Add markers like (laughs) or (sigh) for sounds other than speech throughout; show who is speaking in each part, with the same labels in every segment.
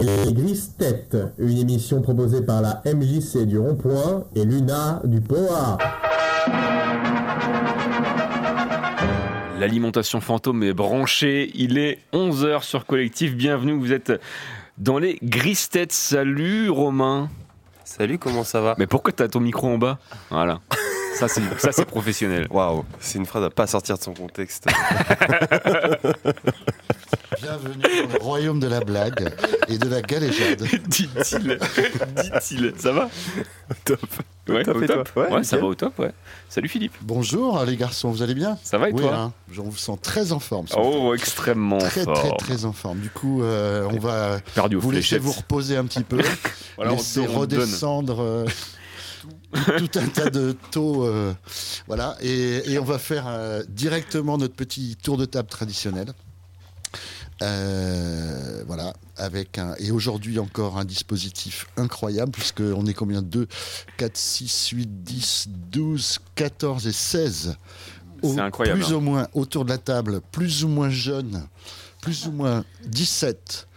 Speaker 1: Les Grises Têtes, une émission proposée par la MJC du Rond-Point et Luna du POA.
Speaker 2: L'alimentation fantôme est branchée, il est 11h sur Collectif, bienvenue, vous êtes dans les Grises Têtes. Salut Romain
Speaker 3: Salut, comment ça va
Speaker 2: Mais pourquoi t'as ton micro en bas Voilà.
Speaker 3: (laughs)
Speaker 2: Ça c'est, ça, c'est professionnel.
Speaker 3: Waouh, c'est une phrase à pas sortir de son contexte.
Speaker 4: Bienvenue dans le royaume de la blague et de la galéjade.
Speaker 2: (laughs) dit-il, dit-il. Ça va
Speaker 3: Top.
Speaker 2: Ouais,
Speaker 3: Top
Speaker 2: au
Speaker 3: et
Speaker 2: top.
Speaker 3: toi Ouais,
Speaker 2: Ouais, ça
Speaker 3: nickel.
Speaker 2: va au top, ouais. Salut Philippe.
Speaker 4: Bonjour les garçons, vous allez bien
Speaker 2: Ça va et
Speaker 4: Oui,
Speaker 2: toi
Speaker 4: hein, je vous sens très en forme. ce matin.
Speaker 2: (laughs) Oh, extrêmement
Speaker 4: très
Speaker 2: fort.
Speaker 4: très très en forme. Du coup, euh, on va
Speaker 2: Perdu aux
Speaker 4: vous laisser
Speaker 2: fléchettes.
Speaker 4: vous reposer un petit peu,
Speaker 2: (laughs) Voilà, on te-
Speaker 4: laisser
Speaker 2: on te
Speaker 4: redescendre
Speaker 2: (laughs)
Speaker 4: euh, tout, tout un tas de taux, euh, voilà, et, et on va faire euh, directement notre petit tour de table traditionnel. Euh, voilà, avec un et aujourd'hui encore un dispositif incroyable puisque on est combien 2 4 6 8 10 12 14 et 16 au-
Speaker 2: C'est incroyable,
Speaker 4: Plus
Speaker 2: hein.
Speaker 4: ou moins autour de la table, plus ou moins jeune, plus ou moins 17,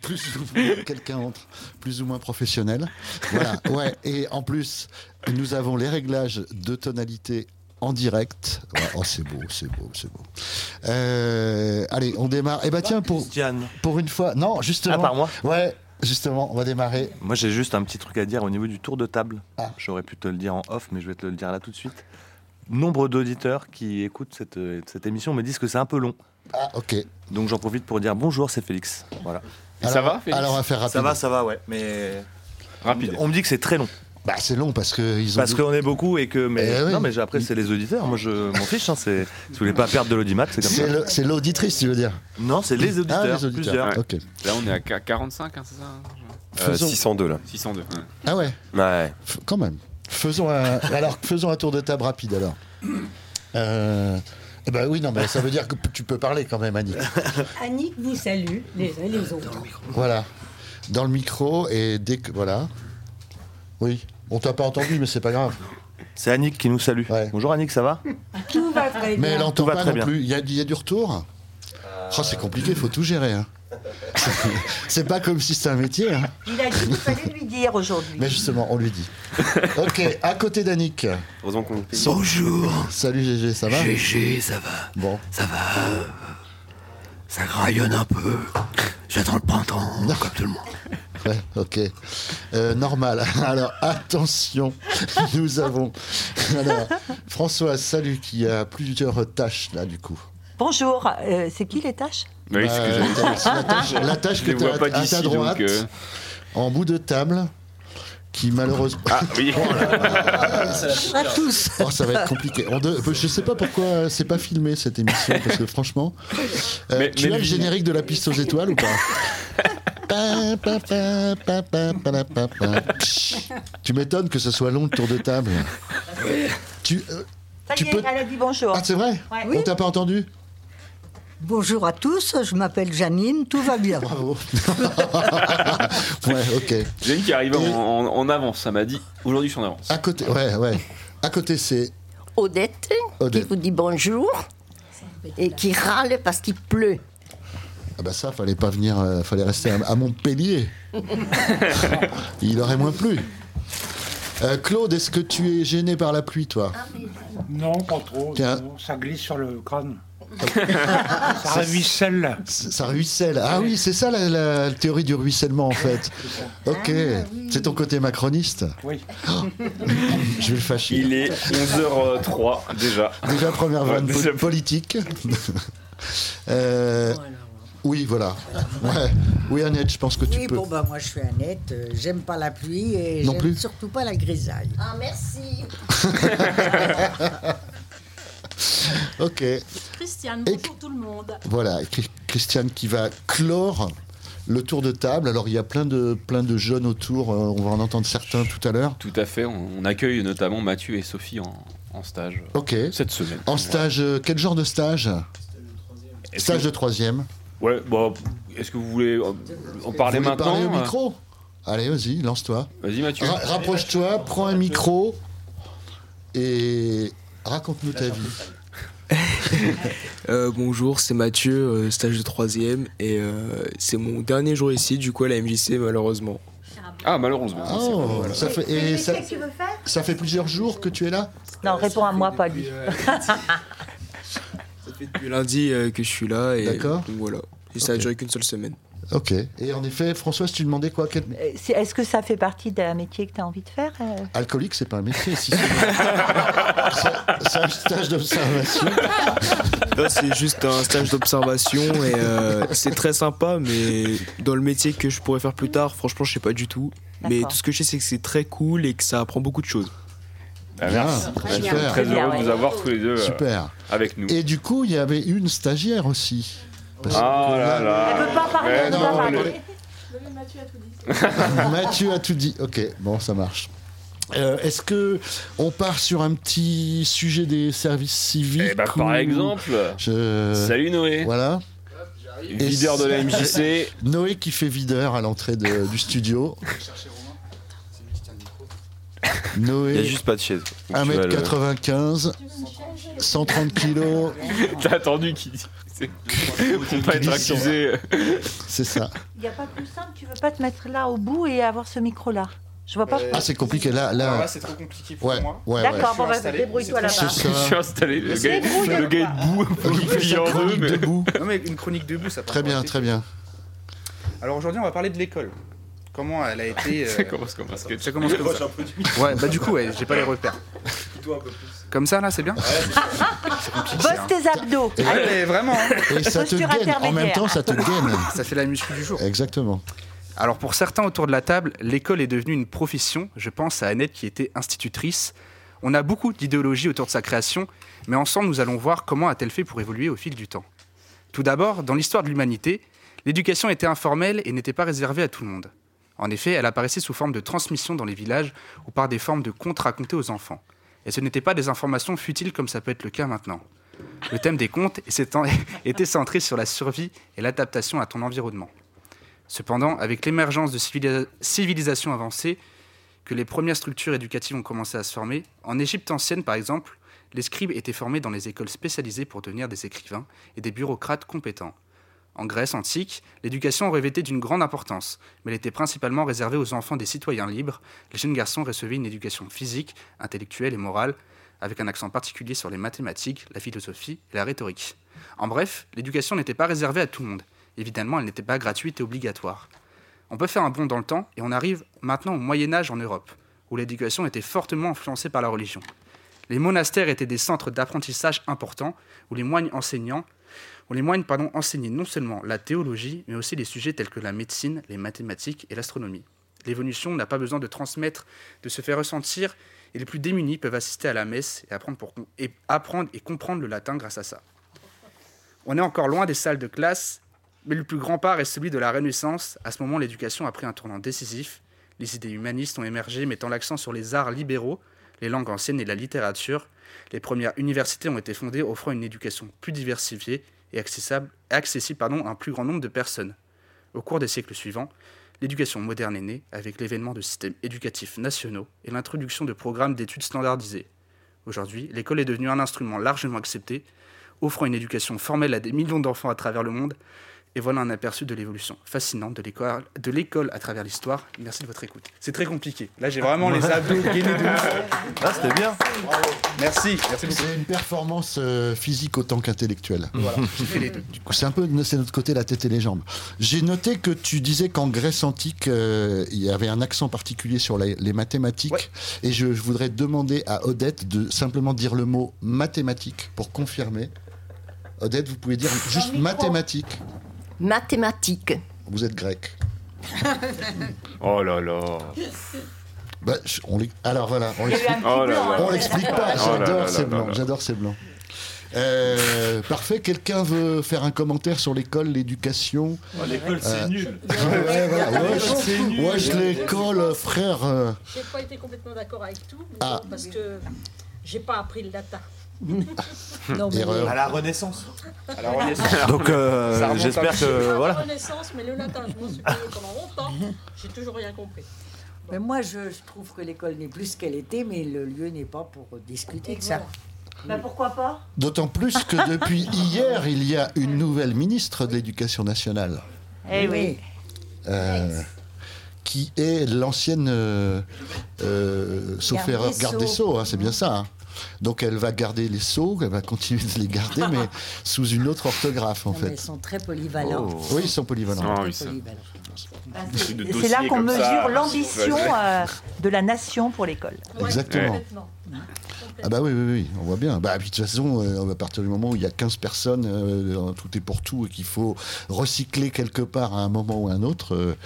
Speaker 4: plus ou moins quelqu'un entre, plus ou moins professionnel. Voilà, ouais. Et en plus, nous avons les réglages de tonalité en direct. Ouais, oh, c'est beau, c'est beau, c'est beau. Euh, allez, on démarre. Eh ben tiens, pour,
Speaker 5: Christiane.
Speaker 4: pour une fois. Non, justement.
Speaker 5: Ah, par moi
Speaker 4: Ouais, justement, on va démarrer.
Speaker 5: Moi, j'ai juste un petit truc à dire au niveau du tour de table.
Speaker 4: Ah.
Speaker 5: J'aurais pu te le dire en off, mais je vais te le dire là tout de suite. Nombre d'auditeurs qui écoutent cette, euh, cette émission me disent que c'est un peu long.
Speaker 4: Ah, ok.
Speaker 5: Donc j'en profite pour dire bonjour, c'est Félix. Voilà.
Speaker 2: Et ça
Speaker 4: Alors-
Speaker 2: va, Félix
Speaker 4: Alors, on va faire rapide.
Speaker 5: Ça va, ça va, ouais. Mais
Speaker 2: Rapide.
Speaker 5: on me dit que c'est très long.
Speaker 4: Bah, c'est long parce qu'ils ont.
Speaker 5: Parce qu'on est beaucoup et que. Mais,
Speaker 4: Eh oui.
Speaker 5: Non, mais après, c'est les auditeurs. Moi, je m'en fiche. hein, c'est- Si vous voulez pas perdre de l'audimat, c'est comme ça.
Speaker 4: C'est le- c'est l'auditrice, tu veux dire
Speaker 5: Non, c'est les auditeurs.
Speaker 4: Ah, les auditeurs.
Speaker 5: Plusieurs.
Speaker 2: Ouais.
Speaker 4: Ok.
Speaker 2: Là, on est à 45, hein, c'est ça
Speaker 3: Euh,
Speaker 4: Faisons-
Speaker 3: 602 là.
Speaker 2: 602. ouais.
Speaker 4: Ah ouais,
Speaker 3: Ouais.
Speaker 4: f- quand même. Faisons un, alors, faisons un tour de table rapide alors. Euh, eh ben oui, non, mais ça veut dire que p- tu peux parler quand même, Annie.
Speaker 6: Annick vous salue les uns et les autres.
Speaker 4: Voilà. Dans le micro et dès que. Voilà. Oui. On t'a pas entendu, mais c'est pas grave.
Speaker 5: C'est Annick qui nous salue.
Speaker 4: Ouais.
Speaker 5: Bonjour Annick, ça va
Speaker 6: Tout
Speaker 7: (laughs)
Speaker 6: va très
Speaker 4: Mais
Speaker 6: bien.
Speaker 4: elle entend
Speaker 5: Tout va
Speaker 4: pas
Speaker 5: très
Speaker 4: non
Speaker 5: bien.
Speaker 4: plus. Il y, a du- il y a du retour Oh, C'est compliqué, il faut tout gérer. hein. (laughs) c'est pas comme si c'était un métier. hein.
Speaker 6: Il a dit qu'il fallait lui dire aujourd'hui.
Speaker 4: Mais justement, on lui dit. Ok, à côté d'Annick.
Speaker 3: Heureusement qu'on est payé.
Speaker 8: Bonjour,
Speaker 4: Salut GG, ça va
Speaker 8: GG, ça va,
Speaker 4: Bon.
Speaker 8: ça va. euh, Ça graillonne un peu. J'attends le printemps, comme tout le monde.
Speaker 4: Ouais, ok. Euh, normal. (laughs) Alors, attention, (laughs) nous avons. Alors, François, salut, qui a plusieurs tâches, là, du coup.
Speaker 9: Bonjour, euh, c'est qui les tâches
Speaker 2: Oui, excusez.
Speaker 4: Euh, (laughs) t'as- la tâche, la tâche
Speaker 2: Je
Speaker 4: que
Speaker 2: les
Speaker 4: tu
Speaker 2: vois
Speaker 4: as
Speaker 2: pas
Speaker 4: à
Speaker 2: d'ici,
Speaker 4: ta droite,
Speaker 2: donc. euh,
Speaker 4: en bout de table, qui malheureusement.
Speaker 2: Ah oui,
Speaker 6: à tous.
Speaker 4: Oh, ça va être compliqué. On de- Je sais pas pourquoi euh, c'est pas filmé cette émission, parce que franchement. Euh,
Speaker 2: Mais-
Speaker 4: tu
Speaker 2: mais
Speaker 4: as le
Speaker 2: lui-
Speaker 4: générique de la piste aux étoiles ou pas Pa, pa, pa, pa, pa, pa, la, pa, pa. Psh. Tu m'étonnes que ce soit long le tour de table. Tu, euh,
Speaker 9: Ça
Speaker 4: Tu
Speaker 9: y est,
Speaker 4: peux-
Speaker 9: elle a dit bonjour.
Speaker 4: Ah, c'est vrai
Speaker 9: Ouais.
Speaker 4: On t'a pas entendu
Speaker 6: Bonjour à tous, je m'appelle Janine, tout va bien.
Speaker 4: Bravo. ouais, ok.
Speaker 2: j'ai une qui arrive en, en- en avance. Ça m'a dit aujourd'hui, je suis en avance.
Speaker 4: À côté, ouais, ouais. À côté, c'est.
Speaker 10: (laughs) Odette,
Speaker 4: Odette.
Speaker 10: qui vous dit bonjour et qui râle parce qu'il pleut.
Speaker 4: Ah, bah ça, fallait pas venir, euh, fallait rester à, à Montpellier. Il aurait moins plu. Euh, Claude, est-ce que tu es gêné par la pluie, toi
Speaker 11: Non, pas trop.
Speaker 4: Tiens.
Speaker 11: non, ça glisse sur le
Speaker 4: (laughs)
Speaker 11: crâne. ça ruisselle.
Speaker 4: C- Ça ruisselle. Ah oui, c'est ça la, la théorie du ruissellement, en fait. Ok. C'est ton côté macroniste
Speaker 11: Oui.
Speaker 4: Oh. Je vais le fâcher.
Speaker 2: Il est 11h03 déjà.
Speaker 4: Déjà première vanne
Speaker 2: Ouais,
Speaker 4: pol-
Speaker 2: déjà-
Speaker 12: (laughs)
Speaker 4: politique.
Speaker 12: Oh
Speaker 4: Euh, oui, voilà. Ouais. Oui, Annette, je pense que tu
Speaker 12: Oui,
Speaker 4: peux.
Speaker 12: bon, bah, moi je suis Annette, euh, j'aime pas la pluie et
Speaker 4: Non
Speaker 12: j'aime
Speaker 4: plus
Speaker 12: surtout pas la grisaille.
Speaker 10: Ah merci.
Speaker 4: (laughs) Ok,
Speaker 9: Christiane,
Speaker 4: bonjour
Speaker 9: tout le monde.
Speaker 4: voilà. Cri- Christiane qui va clore le tour de table. Alors, il y a plein de, plein de jeunes autour. euh, On va en entendre certains tout à l'heure.
Speaker 2: Tout à fait. On, on accueille notamment Mathieu et Sophie en, en stage euh,
Speaker 4: Ok.
Speaker 2: cette semaine.
Speaker 4: En stage, euh, quel genre de stage
Speaker 2: Est-ce
Speaker 4: Stage
Speaker 2: que-
Speaker 4: de troisième.
Speaker 2: Ouais, bon, est-ce que vous voulez euh, en parler
Speaker 4: Vous voulez
Speaker 2: maintenant
Speaker 4: parler au
Speaker 2: euh,
Speaker 4: micro Allez, vas-y, lance-toi.
Speaker 2: Vas-y Mathieu.
Speaker 4: Ra- Rapproche-toi, prends un micro et raconte-nous ta vie.
Speaker 13: (laughs) Euh, bonjour, c'est Mathieu, euh, stage de 3ème, et euh, c'est mon dernier jour ici, du coup à la MJC malheureusement.
Speaker 2: Ah, malheureusement.
Speaker 4: Oh, ça fait,
Speaker 13: C'est le
Speaker 4: et
Speaker 13: métier
Speaker 4: ça,
Speaker 13: que tu veux faire
Speaker 4: ça fait plusieurs jours que tu es là
Speaker 13: Non, réponds à moi, pas lui. Ça fait depuis lundi euh, que je suis là, et
Speaker 4: D'accord.
Speaker 13: donc voilà. Et ça a duré qu'une seule semaine.
Speaker 4: Ok. Et en effet, Françoise, tu demandais quoi quel-
Speaker 14: (laughs) Euh, c'est- Est-ce que ça fait partie d'un métier que tu as envie de faire euh
Speaker 4: Alcoolique, c'est pas un métier. Si c'est
Speaker 2: (laughs)
Speaker 4: c'est- c'est un stage d'observation.
Speaker 13: Là, c'est juste un stage d'observation et euh, c'est très sympa, mais dans le métier que je pourrais faire plus tard, franchement, je sais pas du tout. Mais
Speaker 14: D'accord.
Speaker 13: tout ce que je sais, c'est que c'est très cool et que ça apprend beaucoup de choses.
Speaker 4: merci. Bien,
Speaker 2: Je suis
Speaker 4: Ah, super.
Speaker 2: Ah, très
Speaker 4: Bien,
Speaker 2: heureux de
Speaker 4: ouais.
Speaker 2: vous avoir tous les deux euh,
Speaker 4: Super.
Speaker 2: avec nous.
Speaker 4: Et du coup, il y avait une stagiaire aussi. Parce
Speaker 2: Ah
Speaker 4: que Eh
Speaker 2: là là. Elle peut pas parler, elle peut
Speaker 4: non,
Speaker 2: pas parler.
Speaker 4: attendez.
Speaker 9: Mathieu a tout dit.
Speaker 4: (laughs) Mathieu a tout dit. Ok, bon, ça marche. Euh, Est-ce que on part sur un petit sujet des services civiques
Speaker 2: Eh ben,
Speaker 4: ou-
Speaker 2: par exemple,
Speaker 4: Je-
Speaker 2: salut Noé.
Speaker 4: Voilà.
Speaker 2: Videur de la MJC.
Speaker 4: (laughs) Noé qui fait videur à l'entrée de- du studio. Noé.
Speaker 3: Il y a juste pas de chaise. Donc tu vas le-
Speaker 4: 1m95, 130 kilos,
Speaker 2: T'as attendu qu'il dise.
Speaker 4: (laughs)
Speaker 2: Pour pas être
Speaker 4: Condition.
Speaker 2: accusé.
Speaker 4: c'est ça.
Speaker 14: Il n'y a pas plus simple, tu veux pas te mettre là au bout et avoir ce micro-là Je vois pas.
Speaker 4: Ah, c'est compliqué là.
Speaker 14: Alors
Speaker 4: là.
Speaker 14: là, c'est
Speaker 15: trop compliqué
Speaker 4: ouais, Ouais,
Speaker 14: D'accord, bon,
Speaker 4: ouais.
Speaker 14: bah, débrouille-toi là-bas.
Speaker 4: C'est
Speaker 2: Je
Speaker 4: ça.
Speaker 2: suis installé. Le gars,
Speaker 14: Débrouille-toi.
Speaker 2: le gars est debout, un peu plié en deux. mais-
Speaker 15: Non, mais une chronique debout, ça
Speaker 4: Très
Speaker 15: passe
Speaker 4: bien,
Speaker 15: pas.
Speaker 4: très bien.
Speaker 15: Alors aujourd'hui, on va parler de l'école. Comment
Speaker 2: (laughs)
Speaker 15: elle a été. euh,
Speaker 2: Ça commence comme un sketch.
Speaker 15: Ça commence comme ça. Ouais, bah du coup, ouais, j'ai pas les repères. Comme ça, là, c'est bien
Speaker 14: Bosse tes abdos.
Speaker 15: Ouais,
Speaker 14: Allez.
Speaker 15: Oh, mais vraiment hein.
Speaker 4: hein. Et ça te
Speaker 14: Posture
Speaker 4: gaine. En même
Speaker 14: intermédiaire.
Speaker 4: temps, ça te gaine.
Speaker 15: Ça fait la muscu du jour.
Speaker 4: Exactement.
Speaker 15: Alors pour certains autour de la table, l'école est devenue une profession. Je pense à Annette qui était institutrice. On a beaucoup d'idéologies autour de sa création, mais ensemble nous allons voir comment a-t-elle fait pour évoluer au fil du temps. Tout d'abord, dans l'histoire de l'humanité, l'éducation était informelle et n'était pas réservée à tout le monde. En effet, elle apparaissait sous forme de transmission dans les villages ou par des formes de contes racontés aux enfants. Et ce n'était pas des informations futiles comme ça peut être le cas maintenant. Le thème des contes s'étant- (laughs) était centré sur la survie et l'adaptation à ton environnement. Cependant, avec l'émergence de civilisa- civilisations avancées, que les premières structures éducatives ont commencé à se former, en Égypte ancienne par exemple, les scribes étaient formés dans les écoles spécialisées pour devenir des écrivains et des bureaucrates compétents. En Grèce antique, l'éducation revêtait d'une grande importance, mais elle était principalement réservée aux enfants des citoyens libres. Les jeunes garçons recevaient une éducation physique, intellectuelle et morale, avec un accent particulier sur les mathématiques, la philosophie et la rhétorique. En bref, l'éducation n'était pas réservée à tout le monde. Évidemment, elle n'était pas gratuite et obligatoire. On peut faire un bond dans le temps et on arrive maintenant au Moyen Âge en Europe, où l'éducation était fortement influencée par la religion. Les monastères étaient des centres d'apprentissage importants où les moines enseignants, où les moines pardon, enseignaient non seulement la théologie, mais aussi des sujets tels que la médecine, les mathématiques et l'astronomie. L'évolution n'a pas besoin de transmettre, de se faire ressentir, et les plus démunis peuvent assister à la messe et apprendre, pour- et apprendre et comprendre le latin grâce à ça. On est encore loin des salles de classe, mais le plus grand pas est celui de la Renaissance. À ce moment, l'éducation a pris un tournant décisif. Les idées humanistes ont émergé, mettant l'accent sur les arts libéraux, les langues anciennes et la littérature. Les premières universités ont été fondées, offrant une éducation plus diversifiée et accessible, accessible pardon, à un plus grand nombre de personnes. Au cours des siècles suivants, l'éducation moderne est née avec l'événement de systèmes éducatifs nationaux et l'introduction de programmes d'études standardisées. Aujourd'hui, l'école est devenue un instrument largement accepté, offrant une éducation formelle à des millions d'enfants à travers le monde. Et voilà un aperçu de l'évolution fascinante de l'école, de l'école à travers l'histoire. Merci de votre écoute. C'est très compliqué. Là, j'ai vraiment les abdos gainés de ouf.
Speaker 5: Ah, c'était bien. (laughs)
Speaker 15: Merci, merci beaucoup.
Speaker 4: C'est une performance euh, physique autant qu'intellectuelle.
Speaker 15: Voilà, j'ai fait les deux.
Speaker 4: Du coup, C'est un peu c'est de notre côté la tête et les jambes. J'ai noté que tu disais qu'en Grèce antique, euh, il y avait un accent particulier sur la- les mathématiques. Et je, je voudrais demander à Odette de simplement dire le mot mathématiques pour confirmer. Odette, vous pouvez dire juste mathématiques.
Speaker 10: Mathématiques.
Speaker 4: Vous êtes grec.
Speaker 2: Oh là là.
Speaker 4: Bah, je- on l'ex- Alors voilà, on
Speaker 2: Il y a eu un
Speaker 4: l'explique.
Speaker 2: petit Oh là blanc, là. hein.
Speaker 4: On l'explique pas.
Speaker 2: Oh là là là
Speaker 4: J'adore ces
Speaker 2: là
Speaker 4: blancs.
Speaker 2: là.
Speaker 4: J'adore ces blancs. Euh, parfait. Quelqu'un veut faire un commentaire sur l'école, l'éducation Euh,
Speaker 5: Oh, l'école, c'est nul.
Speaker 4: (laughs) Ouais, ouais, voilà.
Speaker 5: L'école,
Speaker 4: Ouais, je-
Speaker 5: c'est nul.
Speaker 4: ouais, je l'école, euh, frère. euh,
Speaker 7: J'ai pas été complètement d'accord avec tout, mais
Speaker 4: Ah.
Speaker 7: bon, parce que j'ai pas appris le latin.
Speaker 4: Erreur.
Speaker 5: À la Renaissance.
Speaker 15: À la Renaissance.
Speaker 5: Donc, euh,
Speaker 15: Ça remonte à-
Speaker 5: j'espère que,
Speaker 7: Pas
Speaker 5: euh,
Speaker 7: la
Speaker 5: voilà.
Speaker 7: Renaissance, mais le latin, je m'en suis payé pendant longtemps. J'ai toujours rien compris.
Speaker 12: Mais moi, je, je trouve que l'école n'est plus ce qu'elle était, mais le lieu n'est pas pour discuter de ça.
Speaker 14: Bah pourquoi pas
Speaker 4: D'autant plus que depuis hier, il y a une nouvelle ministre de l'Éducation nationale.
Speaker 14: Eh oui.
Speaker 4: euh, qui est l'ancienne, euh, euh, sauf
Speaker 12: Garde
Speaker 4: erreur,
Speaker 12: des
Speaker 4: garde des
Speaker 12: Sceaux.
Speaker 4: sceaux, hein, c'est bien ça. hein. Donc elle va garder les sceaux, elle va continuer de les garder,
Speaker 12: (laughs)
Speaker 4: mais sous une autre orthographe en
Speaker 12: Non, mais Ils
Speaker 4: fait. Oh.
Speaker 12: sont très polyvalents.
Speaker 2: Oh.
Speaker 4: Oui, ils sont
Speaker 14: Ah
Speaker 4: polyvalents.
Speaker 2: Ah
Speaker 12: Ils sont très polyvalents.
Speaker 14: Et Ah, C'est là qu'on
Speaker 4: hein,
Speaker 14: mesure l'ambition euh, de la nation pour l'école.
Speaker 4: Exactement. Ah bah oui, oui, oui, on voit bien. Bah, puis de toute façon, euh, à partir du moment où il y a 15 personnes, euh, en tout est pour tout, et qu'il faut recycler quelque part à un moment ou à un autre, euh,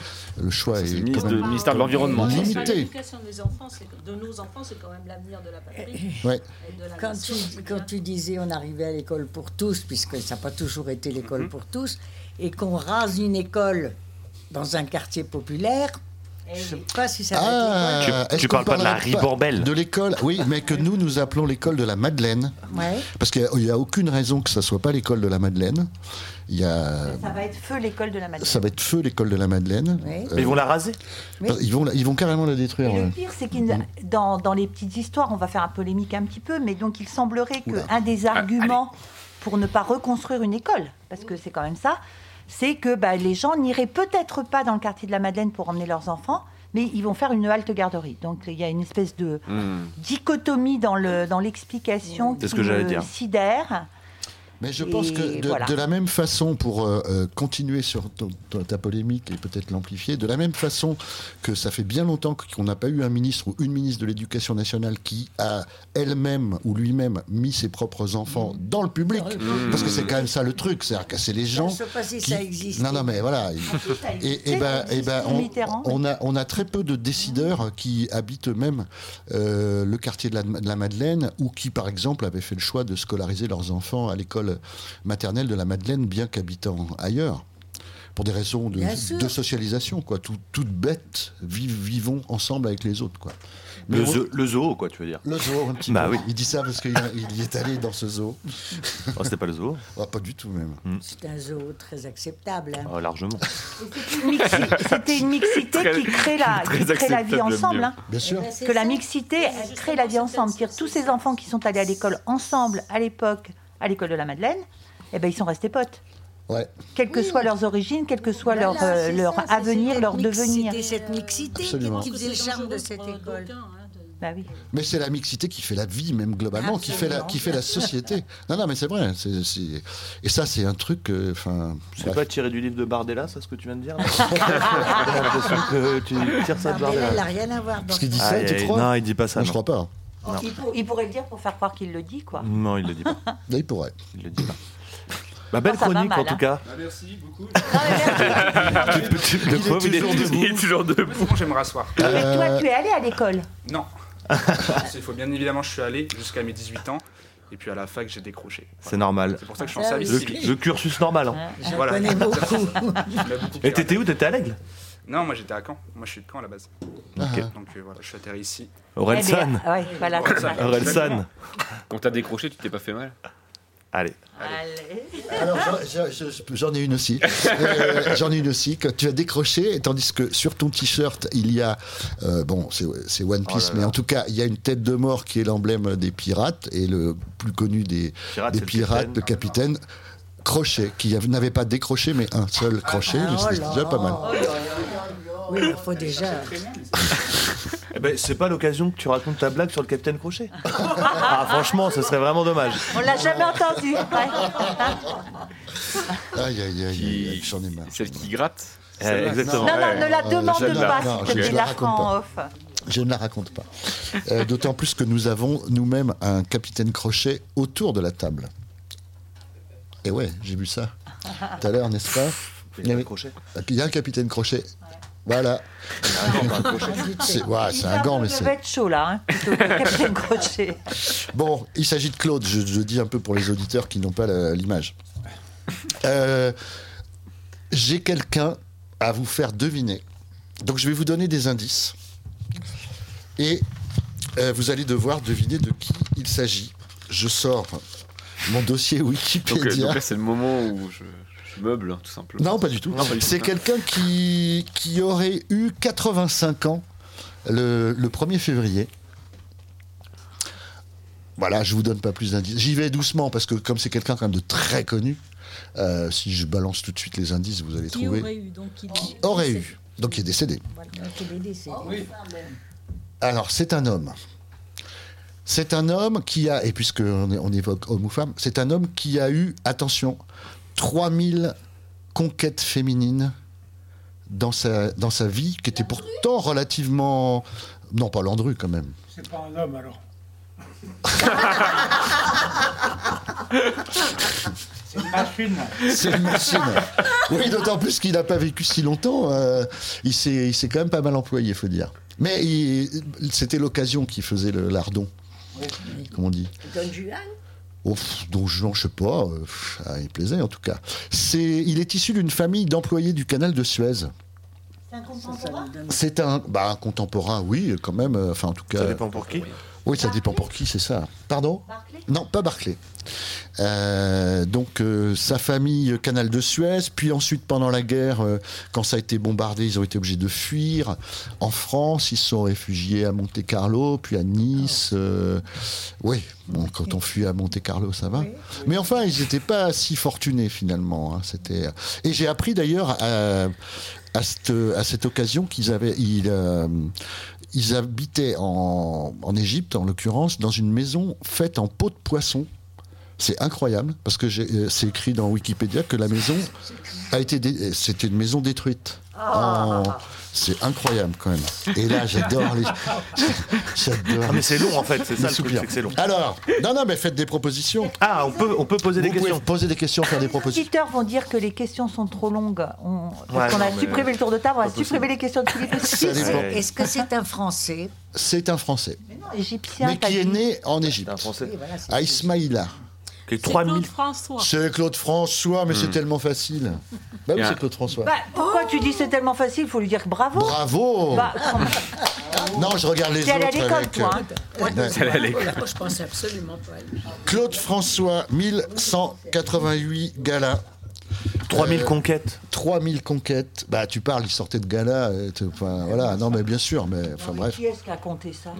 Speaker 4: le choix est...
Speaker 2: le
Speaker 4: quand
Speaker 2: ministre
Speaker 4: même
Speaker 2: de-
Speaker 7: Ah,
Speaker 2: ministère de l'Environnement.
Speaker 4: Limité.
Speaker 7: L'éducation des enfants, c'est- de nos enfants, c'est quand même l'avenir de la patrie.
Speaker 4: Euh, Ouais.
Speaker 7: Et de la
Speaker 12: Quand
Speaker 7: nation.
Speaker 12: tu, quand tu disais on arrivait à l'école pour tous, puisque ça n'a pas toujours été l'école
Speaker 14: Mhm.
Speaker 12: pour tous, et qu'on rase une école dans un quartier populaire,
Speaker 14: Eh
Speaker 12: je ne sais pas si ça va être l'école.
Speaker 4: Euh, est-ce qu'on parlerait pas De l'école, oui, mais que nous, nous appelons l'école de la Madeleine.
Speaker 14: Ouais.
Speaker 4: Parce qu'il n'y a, aucune raison que ça soit pas l'école de la Madeleine. Il y a...
Speaker 14: Ça va être feu l'école de la matinée.
Speaker 4: Ça va être feu l'école de la Madeleine.
Speaker 14: Ouais.
Speaker 4: Euh,
Speaker 14: Mais ils vont la
Speaker 5: raser
Speaker 14: Oui.
Speaker 4: ils, vont, la- ils vont carrément la détruire.
Speaker 14: Et
Speaker 4: ouais. Mm.
Speaker 14: le pire, c'est que dans, dans les petites histoires, on va faire un polémique un petit peu, mais donc il semblerait
Speaker 4: Oula. Ah,
Speaker 14: qu'un des arguments pour ne pas reconstruire une école, parce que c'est quand même ça, c'est que bah, les gens n'iraient peut-être pas dans le quartier de la Madeleine pour emmener leurs enfants, mais ils vont faire une halte garderie. Donc il y a une espèce de dichotomie dans le dans l'explication
Speaker 4: C'est ce
Speaker 14: qui
Speaker 4: que j'allais
Speaker 14: me
Speaker 4: dire.
Speaker 14: sidère.
Speaker 4: Mais je
Speaker 14: Et
Speaker 4: pense que de,
Speaker 14: voilà.
Speaker 4: de la même façon, pour euh, euh, continuer sur ton- ton- ta polémique et peut-être l'amplifier, de la même façon que ça fait bien longtemps qu'on n'a pas eu un ministre ou une ministre de l'Éducation nationale qui a elle-même ou lui-même mis ses propres
Speaker 14: Mm.
Speaker 4: enfants dans le public,
Speaker 12: Dans le
Speaker 3: Mmh.
Speaker 12: public.
Speaker 4: parce que c'est quand même ça le truc, c'est-à-dire que c'est les
Speaker 12: Je
Speaker 4: gens
Speaker 12: sais pas si
Speaker 4: qui-
Speaker 12: ça existe.
Speaker 4: Non, non, mais
Speaker 14: Ah,
Speaker 4: voilà.
Speaker 12: ça
Speaker 4: Et, et
Speaker 12: existait,
Speaker 4: ben,
Speaker 12: ça
Speaker 4: et ben,
Speaker 12: existait,
Speaker 4: on,
Speaker 12: Mitterrand.
Speaker 4: on a, on a très peu de décideurs qui habitent eux-mêmes euh, le quartier de la, de la Madeleine ou qui, par exemple, avaient fait le choix de scolariser leurs enfants à l'école maternelle de la Madeleine, bien qu'habitant ailleurs. Pour des raisons de,
Speaker 12: Bien sûr.
Speaker 4: de socialisation, quoi. Tout, toutes bêtes, vi- vivons ensemble avec les autres, quoi.
Speaker 5: Le,
Speaker 4: on-
Speaker 5: zo- le zoo, quoi, tu veux dire.
Speaker 4: le zoo, un petit
Speaker 5: Bah
Speaker 4: peu.
Speaker 5: oui.
Speaker 4: Il dit ça parce qu'il a- il y est allé dans ce zoo.
Speaker 5: Oh, c'était pas le zoo
Speaker 4: Ah, Pas du tout, même.
Speaker 12: C'est un zoo très acceptable. hein.
Speaker 5: Oh, largement.
Speaker 14: Une mixi- C'était
Speaker 4: (laughs)
Speaker 14: une mixité qui crée la, qui
Speaker 5: très
Speaker 14: crée la vie
Speaker 5: acceptable,
Speaker 14: ensemble.
Speaker 5: bien.
Speaker 14: hein.
Speaker 4: Bien sûr.
Speaker 12: Eh ben, c'est
Speaker 14: Que la
Speaker 12: ça.
Speaker 14: mixité, elle crée la vie ensemble. C'est-à-dire tous ces enfants qui sont allés à l'école ensemble à l'époque, à l'école de la Madeleine, eh ben, ils sont restés potes.
Speaker 4: Ouais.
Speaker 14: Quelles que soient leurs origines, quel que soit
Speaker 12: Voilà,
Speaker 14: leur, euh,
Speaker 12: Bah c'est
Speaker 14: leur
Speaker 12: ça, c'est
Speaker 14: avenir,
Speaker 12: cette
Speaker 14: leur
Speaker 12: mixité,
Speaker 14: devenir.
Speaker 12: cette mixité qui-
Speaker 4: Absolument.
Speaker 12: qui faisait le charme de cette école.
Speaker 7: hein,
Speaker 14: Bah oui.
Speaker 4: Mais c'est la mixité qui fait la vie, même globalement, qui fait la, qui fait la société. Non, non, mais c'est vrai. c'est- c'est- Et ça, c'est un truc. euh, Enfin.
Speaker 5: C'est
Speaker 4: bref.
Speaker 5: pas tiré du livre de Bardella, ça, ce que tu viens de dire là J'ai
Speaker 4: (laughs)
Speaker 5: l'impression
Speaker 4: Euh,
Speaker 5: que tu tires ça de
Speaker 12: Bardella,
Speaker 5: Bardella.
Speaker 12: il n'a rien à voir. Oh, Dans
Speaker 4: Parce qu'il dit
Speaker 5: Ah,
Speaker 4: ça, tu
Speaker 5: il-
Speaker 4: crois
Speaker 5: non, il dit pas ça,
Speaker 4: Moi, Je
Speaker 5: non.
Speaker 4: crois pas.
Speaker 5: Non.
Speaker 14: Il, pour- il pourrait le dire pour faire croire qu'il le dit, quoi.
Speaker 5: Non, il
Speaker 14: (laughs)
Speaker 5: le dit pas.
Speaker 4: Là, il pourrait.
Speaker 5: Il le dit pas. Bah, belle
Speaker 14: Ça va
Speaker 5: chronique,
Speaker 14: mal,
Speaker 5: en tout
Speaker 14: hein.
Speaker 5: cas.
Speaker 11: Bah, Merci beaucoup.
Speaker 4: (laughs)
Speaker 5: Le pauvre, il est il est toujours debout. Euh,
Speaker 15: Bon, j'aimerais asseoir.
Speaker 14: Mais
Speaker 4: Euh,
Speaker 14: toi, tu es allé à
Speaker 4: (laughs)
Speaker 14: l'école.
Speaker 15: Non. Il faut bien évidemment, je suis allé jusqu'à mes 18 ans. Et puis à la fac, j'ai décroché.
Speaker 5: (laughs) C'est normal.
Speaker 15: C'est pour ça que je suis en service civique.
Speaker 5: Le, le cursus normal. hein.
Speaker 12: J'en
Speaker 15: (laughs)
Speaker 12: connais beaucoup.
Speaker 15: Je l'ai beaucoup
Speaker 5: Et t'étais où T'étais à l'aigle
Speaker 15: Non, moi j'étais à Caen. Moi je suis de Caen à la base.
Speaker 5: Ok.
Speaker 15: Donc euh, voilà, je suis atterri ici.
Speaker 5: Orelsan.
Speaker 14: Eh ben, ouais, voilà.
Speaker 5: Orelsan.
Speaker 2: Quand t'as décroché, tu t'es pas fait mal
Speaker 5: Allez.
Speaker 4: Alors, j'en- j'en- j'en- j'en ai une aussi. (laughs) Euh, j'en ai une aussi. Que tu as décroché, tandis que sur ton t-shirt, il y a. euh, bon, c'est c'est One
Speaker 5: Oh
Speaker 4: Piece,
Speaker 5: là
Speaker 4: mais
Speaker 5: là.
Speaker 4: en tout cas, il y a une tête de mort qui est l'emblème des pirates et le plus connu des
Speaker 5: Pirates,
Speaker 4: des
Speaker 5: c'est le
Speaker 4: pirates, le capitaine. Crochet, qui av- n'avait pas décroché, mais un seul crochet,
Speaker 12: Ah,
Speaker 4: mais
Speaker 12: oh
Speaker 4: c'est
Speaker 12: là.
Speaker 4: déjà pas mal.
Speaker 12: Oui, il faut déjà.
Speaker 5: Eh ben, c'est pas l'occasion que tu racontes ta blague sur le capitaine Crochet. (laughs) ah, franchement, ce serait vraiment dommage.
Speaker 14: On l'a jamais
Speaker 4: (laughs)
Speaker 14: entendu. ouais.
Speaker 4: Aïe, aïe, aïe, aïe, aïe, j'en ai marre.
Speaker 2: Celle qui gratte
Speaker 4: Eh,
Speaker 2: celle-là
Speaker 4: exactement.
Speaker 14: Non, non, ne la
Speaker 4: Ouais.
Speaker 14: demande
Speaker 4: J'aime
Speaker 14: pas,
Speaker 4: la-
Speaker 14: s'il
Speaker 4: non,
Speaker 14: te
Speaker 4: je-
Speaker 14: plaît,
Speaker 4: je
Speaker 14: la
Speaker 4: la raconte
Speaker 14: en
Speaker 4: pas.
Speaker 14: off.
Speaker 4: Je ne la raconte pas. Euh, D'autant plus que nous avons nous-mêmes un capitaine crochet autour de la table. Et ouais, j'ai vu ça tout à l'heure, n'est-ce pas Ah, Il y, avait- Et puis il y a un capitaine crochet. Voilà. (laughs) C'est ouais, c'est un gant, mais
Speaker 14: Ça
Speaker 4: c'est.
Speaker 14: va être chaud, là,
Speaker 4: (laughs)
Speaker 14: hein, plutôt que Capitaine Crochet.
Speaker 4: Bon, il s'agit de Claude, je, je dis un peu pour les auditeurs qui n'ont pas la- l'image. Euh, J'ai quelqu'un à vous faire deviner. Donc je vais vous donner des indices. Et euh, vous allez devoir deviner de qui il s'agit. Je sors mon dossier
Speaker 2: Donc, euh,
Speaker 4: Wikipédia.
Speaker 2: donc là, c'est le moment où je, je meuble, hein, tout simplement.
Speaker 4: Non, pas du tout.
Speaker 2: Non, pas du
Speaker 4: C'est
Speaker 2: tout. hein.
Speaker 4: quelqu'un qui, qui aurait eu 85 ans le, le 1er février. Voilà, je vous donne pas plus d'indices. J'y vais doucement parce que comme c'est quelqu'un quand même de très connu, euh, si je balance tout de suite les indices, vous allez
Speaker 7: Qui
Speaker 4: trouver.
Speaker 7: aurait eu donc il-
Speaker 4: Qui Oh, aurait eu Donc il est décédé.
Speaker 7: Ah
Speaker 4: Alors, c'est un homme. C'est un homme qui a, et puisque on, est- on évoque homme ou femme, c'est un homme qui a eu, attention, 3000 conquêtes féminines dans sa, dans sa vie, qui était pourtant relativement... Non, pas Landru quand même.
Speaker 11: C'est pas un homme
Speaker 4: (laughs)
Speaker 11: alors. C'est une machine.
Speaker 4: C'est une machine. Oui, d'autant plus qu'il n'a pas vécu si longtemps. euh, il s'est il s'est quand même pas mal employé, faut dire. Mais il- c'était l'occasion qui faisait le lardon, comme on dit.
Speaker 10: Don Juan
Speaker 4: Ouf, Don Juan, je sais pas, euh, pff, ah, il plaisait en tout cas. C'est, il est issu d'une famille d'employés du canal de Suez. C'est un, bah, un contemporain, oui, quand même. euh, Enfin, en tout cas.
Speaker 5: Ça dépend pour qui.
Speaker 4: Oui, ça dépend pour qui, c'est ça. Pardon Non, pas Barclay. Euh, donc, euh, sa famille, euh, canal de Suez, puis ensuite, pendant la guerre, euh, quand ça a été bombardé, ils ont été obligés de fuir. En France, ils se sont réfugiés à Monte-Carlo, puis à Nice. euh, oui, bon, quand on fuit à Monte-Carlo, ça va. Mais enfin, ils n'étaient pas si fortunés, finalement. hein, C'était... Et j'ai appris d'ailleurs à, à cette, à cette occasion qu'ils avaient. ils, euh, ils habitaient en, en Égypte, en l'occurrence, dans une maison faite en peau de poisson. C'est incroyable, parce que j'ai- euh, c'est écrit dans Wikipédia que la maison a été. dé- euh, C'était une maison détruite. En- C'est incroyable quand même. Et là, j'adore les. j'adore
Speaker 5: Ah, mais c'est long, en fait, c'est ça,
Speaker 4: les
Speaker 5: le truc,
Speaker 4: soupirs.
Speaker 5: c'est que c'est long.
Speaker 4: Alors, non, non, mais faites des propositions. Ah, on peut, on peut poser des questions. poser des questions, faire des
Speaker 14: Les
Speaker 4: propositions.
Speaker 14: auditeurs vont dire que les questions sont trop longues. On,
Speaker 4: Ouais,
Speaker 14: parce qu'on a
Speaker 4: non, mais-
Speaker 14: supprimé le tour de table, on a
Speaker 4: Pas possible.
Speaker 14: supprimé les questions de
Speaker 4: (laughs)
Speaker 14: Philippe aussi.
Speaker 4: Ça dépend. Ouais. Est-ce
Speaker 14: que c'est un Français
Speaker 4: C'est un Français,
Speaker 14: Égyptien,
Speaker 4: mais
Speaker 14: t'as
Speaker 4: qui est
Speaker 14: dit.
Speaker 4: né en Égypte, à Ismaïla.
Speaker 7: Claude François.
Speaker 4: C'est Claude François, mais c'est tellement facile. Bah oui,
Speaker 5: Yeah.
Speaker 4: c'est Claude François.
Speaker 14: Bah, pourquoi tu dis c'est tellement facile Il faut lui dire bravo.
Speaker 4: Bravo.
Speaker 14: Bah, (laughs) quand même.
Speaker 4: non, je regarde les
Speaker 14: T'es allé à
Speaker 4: autres
Speaker 14: l'école,
Speaker 4: avec,
Speaker 14: toi, hein.
Speaker 4: euh,
Speaker 14: Ouais.
Speaker 4: ouais.
Speaker 14: T'es allé à l'école.
Speaker 7: Moi, je pensais absolument pas à lui.
Speaker 4: Claude François, 1188 galas.
Speaker 5: 3000
Speaker 4: conquêtes. 3000 Euh, conquêtes. Bah, tu parles, il sortait de gala. euh, t'es- Enfin, voilà. Non, mais bien sûr, mais enfin, bref.
Speaker 14: Qui est-ce qui a compté ça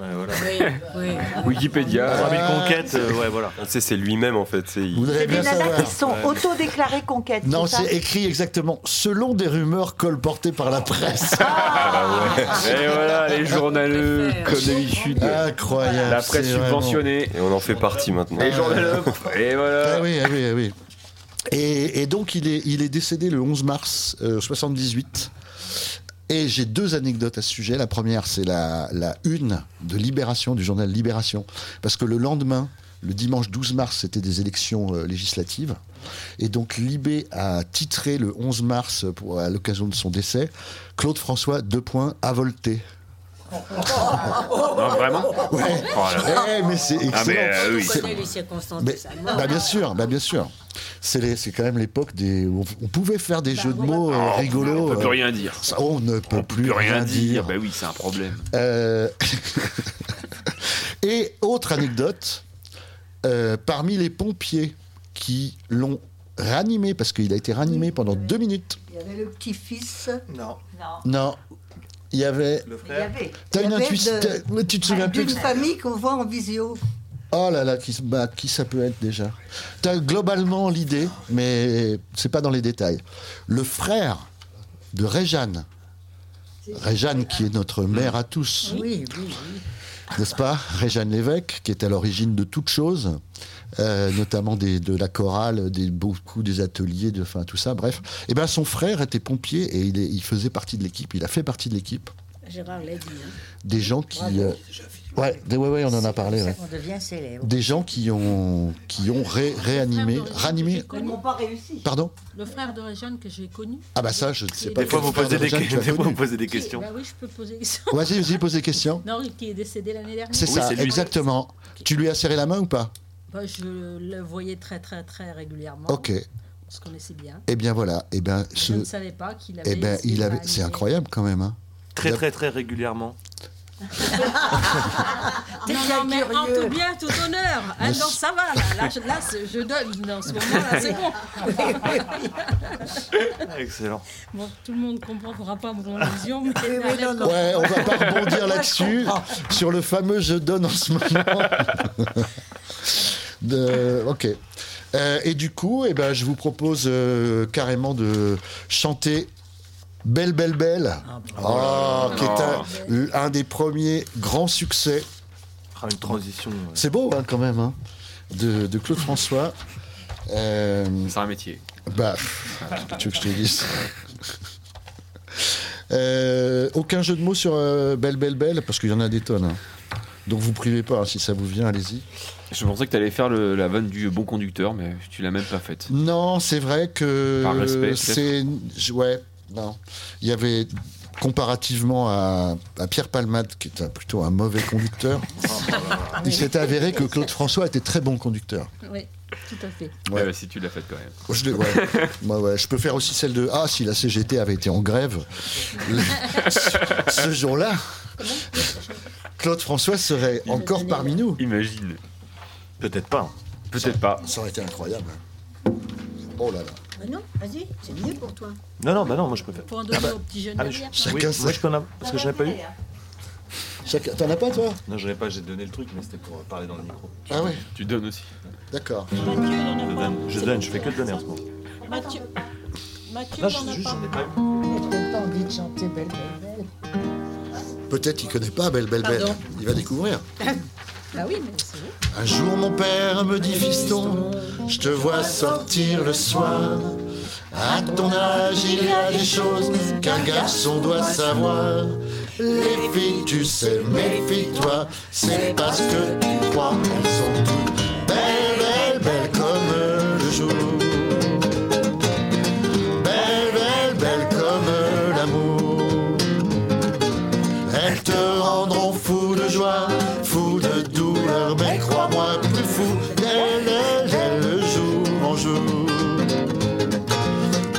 Speaker 2: Wikipédia.
Speaker 4: Ah.
Speaker 5: 3000 conquêtes, euh, ouais, voilà.
Speaker 3: Tu sais, c'est lui-même en fait. c'est- il-
Speaker 14: C'est des nanas qui sont autodéclarées conquêtes.
Speaker 4: Non,
Speaker 14: c'est ça
Speaker 4: c'est écrit exactement selon des rumeurs colportées par la presse.
Speaker 2: Ah
Speaker 14: bah
Speaker 2: ouais. Et voilà, les journaleux, comme d'habitude.
Speaker 4: (laughs) Ah, Incroyable.
Speaker 2: La presse
Speaker 4: c'est vraiment- Euh,
Speaker 2: subventionnée.
Speaker 3: Et on en fait partie maintenant.
Speaker 2: hein. Les journaleux. Et voilà.
Speaker 4: Ah oui, ah oui, ah oui. Et, et donc, il est, il est décédé le 11 mars euh, 78. Et j'ai deux anecdotes à ce sujet. La première, c'est la, la une de Libération, du journal Libération. Parce que le lendemain, le dimanche 12 mars, c'était des élections euh, législatives. Et donc, Libé a titré le 11 mars, pour, à l'occasion de son décès, Claude François, deux points, à volter.
Speaker 2: Non, vraiment
Speaker 4: Ouais.
Speaker 2: Oh là là.
Speaker 4: Eh, mais c'est excellent.
Speaker 2: Ah, mais, euh, oui.
Speaker 4: C'est-
Speaker 7: connaît les circonstances
Speaker 4: mais,
Speaker 7: de sa mort.
Speaker 4: bah bien sûr, bah bien sûr. C'est les- c'est quand même l'époque des où on, on pouvait faire des jeux de mots euh,
Speaker 2: Oh,
Speaker 4: rigolos.
Speaker 2: On peut plus
Speaker 4: euh,
Speaker 2: rien dire.
Speaker 4: ça, on ne peut plus,
Speaker 2: Plus rien dire. Bah oui, c'est un problème.
Speaker 4: Euh, (laughs) Et autre anecdote, euh, parmi les pompiers qui l'ont ranimé parce qu'il a été ranimé pendant deux minutes.
Speaker 6: Il y avait le petit-fils. Non. Non.
Speaker 4: Non, il y avait. T'as une intuition. t'as- mais Tu te
Speaker 12: bah,
Speaker 4: souviens plus
Speaker 6: D'une
Speaker 4: que-
Speaker 6: famille qu'on voit en visio.
Speaker 4: Oh là là, qui, se bat, qui ça peut être déjà T'as globalement l'idée, mais c'est pas dans les détails. Le frère de Réjeanne, Réjeanne qui est notre mère à tous,
Speaker 12: Oui, oui,
Speaker 4: n'est-ce pas Réjeanne Lévesque, qui est à l'origine de toutes choses, euh, notamment des- de la chorale, des, beaucoup des ateliers, de, enfin, tout ça, bref. Et ben son frère était pompier et il, est- il faisait partie de l'équipe, il a fait partie de l'équipe
Speaker 6: Gérard l'a dit. hein.
Speaker 4: des gens qui... euh, ouais, des- ouais, ouais, on en a parlé. ouais
Speaker 6: On devient célèbre.
Speaker 4: des gens qui ont, qui ont ré- réanimé, ranimé.
Speaker 7: Ils n'ont
Speaker 14: pas réussi.
Speaker 4: Pardon
Speaker 7: Le frère de Réjeanne que j'ai connu.
Speaker 4: Ah bah ça, je ne sais pas.
Speaker 5: Des fois, vous posez des, des fois, vous posez des questions.
Speaker 7: Bah oui, je peux poser.
Speaker 4: Vas-y, vas-y, pose des questions.
Speaker 7: Non, qui est décédé l'année dernière.
Speaker 4: C'est ça, exactement. Tu lui as serré la main ou pas
Speaker 7: Bah, je le voyais très, très, très régulièrement.
Speaker 4: Ok.
Speaker 7: On se connaissait bien.
Speaker 4: Eh bien voilà. Eh bien,
Speaker 7: Je
Speaker 4: ce...
Speaker 7: ne savais pas qu'il avait.
Speaker 4: eh bien, il avait... c'est incroyable quand même. hein.
Speaker 5: Très, très, très régulièrement. (laughs)
Speaker 7: Ah, Non, non, mais en tout bien, tout
Speaker 4: (laughs)
Speaker 7: honneur. Ah,
Speaker 4: Mais
Speaker 7: non,
Speaker 4: c'est-
Speaker 7: ça va. Là, là, je, là, c'est- je donne. En ce moment-là, c'est bon.
Speaker 5: Excellent.
Speaker 7: (laughs) bon, tout le monde comprendra pas mon allusion. Mais
Speaker 6: non, non.
Speaker 4: Ouais, on va pas
Speaker 6: Moi,
Speaker 4: rebondir
Speaker 6: je
Speaker 4: là-dessus,
Speaker 6: comprends.
Speaker 4: sur le fameux je donne en ce moment. (laughs) De- ok. Euh, et du coup, eh ben, je vous propose euh, carrément de chanter Belle, Belle, Belle, Ah, qui est un, un des premiers grands succès.
Speaker 5: une transition.
Speaker 4: C'est beau hein, quand même, hein, de, de Claude François. Euh,
Speaker 2: C'est un métier.
Speaker 4: bah, pff, tu veux que je te dise Euh, Aucun jeu de mots sur euh, Belle Belle Belle, parce qu'il y en a des tonnes. hein. Donc vous privez pas, hein, si ça vous vient, allez-y.
Speaker 2: Je pensais que t'allais faire le- la vanne du bon conducteur, mais tu l'as même pas faite.
Speaker 4: Non, c'est vrai que
Speaker 2: Par respect, peut-être.
Speaker 4: c'est j- ouais, non. Il y avait comparativement à, à Pierre Palmade qui était plutôt un mauvais conducteur.
Speaker 7: Ah,
Speaker 4: il s'est avéré que Claude François était très bon conducteur.
Speaker 7: Oui, tout à fait.
Speaker 2: Ouais. bah, si tu l'as faite quand même.
Speaker 4: Je, l'ai- ouais.
Speaker 5: (laughs)
Speaker 4: Ouais, ouais. Je peux faire aussi celle de Ah, si la CGT avait été en
Speaker 5: (laughs)
Speaker 4: grève, le- ce jour-là, Claude François serait encore parmi nous.
Speaker 2: Imagine.
Speaker 5: Peut-être pas.
Speaker 2: Peut-être pas.
Speaker 4: Ça aurait été incroyable. Oh là là.
Speaker 7: Bah non, vas-y, c'est mieux pour toi.
Speaker 5: Non, non, bah non, moi je préfère.
Speaker 7: Pour en donner au petit jeune
Speaker 5: ah, mais je-
Speaker 7: derrière. hein.
Speaker 5: oui,
Speaker 4: Chacun
Speaker 5: moi
Speaker 4: sa-
Speaker 5: je peux en avoir, parce que je n'ai pas eu.
Speaker 4: Chacun- T'en as pas, toi
Speaker 5: Non, je n'ai pas, j'ai donné le truc, mais c'était pour euh, parler dans le micro.
Speaker 4: Ah ouais
Speaker 2: Tu donnes aussi.
Speaker 4: D'accord.
Speaker 5: Je donne, je donne, je fais que donner en ce moment.
Speaker 6: Mathieu, Mathieu
Speaker 5: Non, je- juste, j'en ai pas eu.
Speaker 12: peut-être pas envie de chanter Belle Belle Belle.
Speaker 4: Peut-être il connaît pas Belle Belle Belle.
Speaker 12: Pardon
Speaker 4: Il va découvrir.
Speaker 7: (laughs) Bah oui, mais c'est vrai.
Speaker 4: Un jour mon père me dit fiston, je te vois sortir le soir. À ton âge il y a des choses qu'un garçon doit savoir. Les filles tu sais, méfie-toi, c'est parce que tu crois qu'elles sont toutes belles, belles, belles comme le jour. Belles, belles, belles comme l'amour. Elles te rendront fou de joie, fou de douleur, mais crois-moi plus fou d'elle, elle, elle, jour en jour.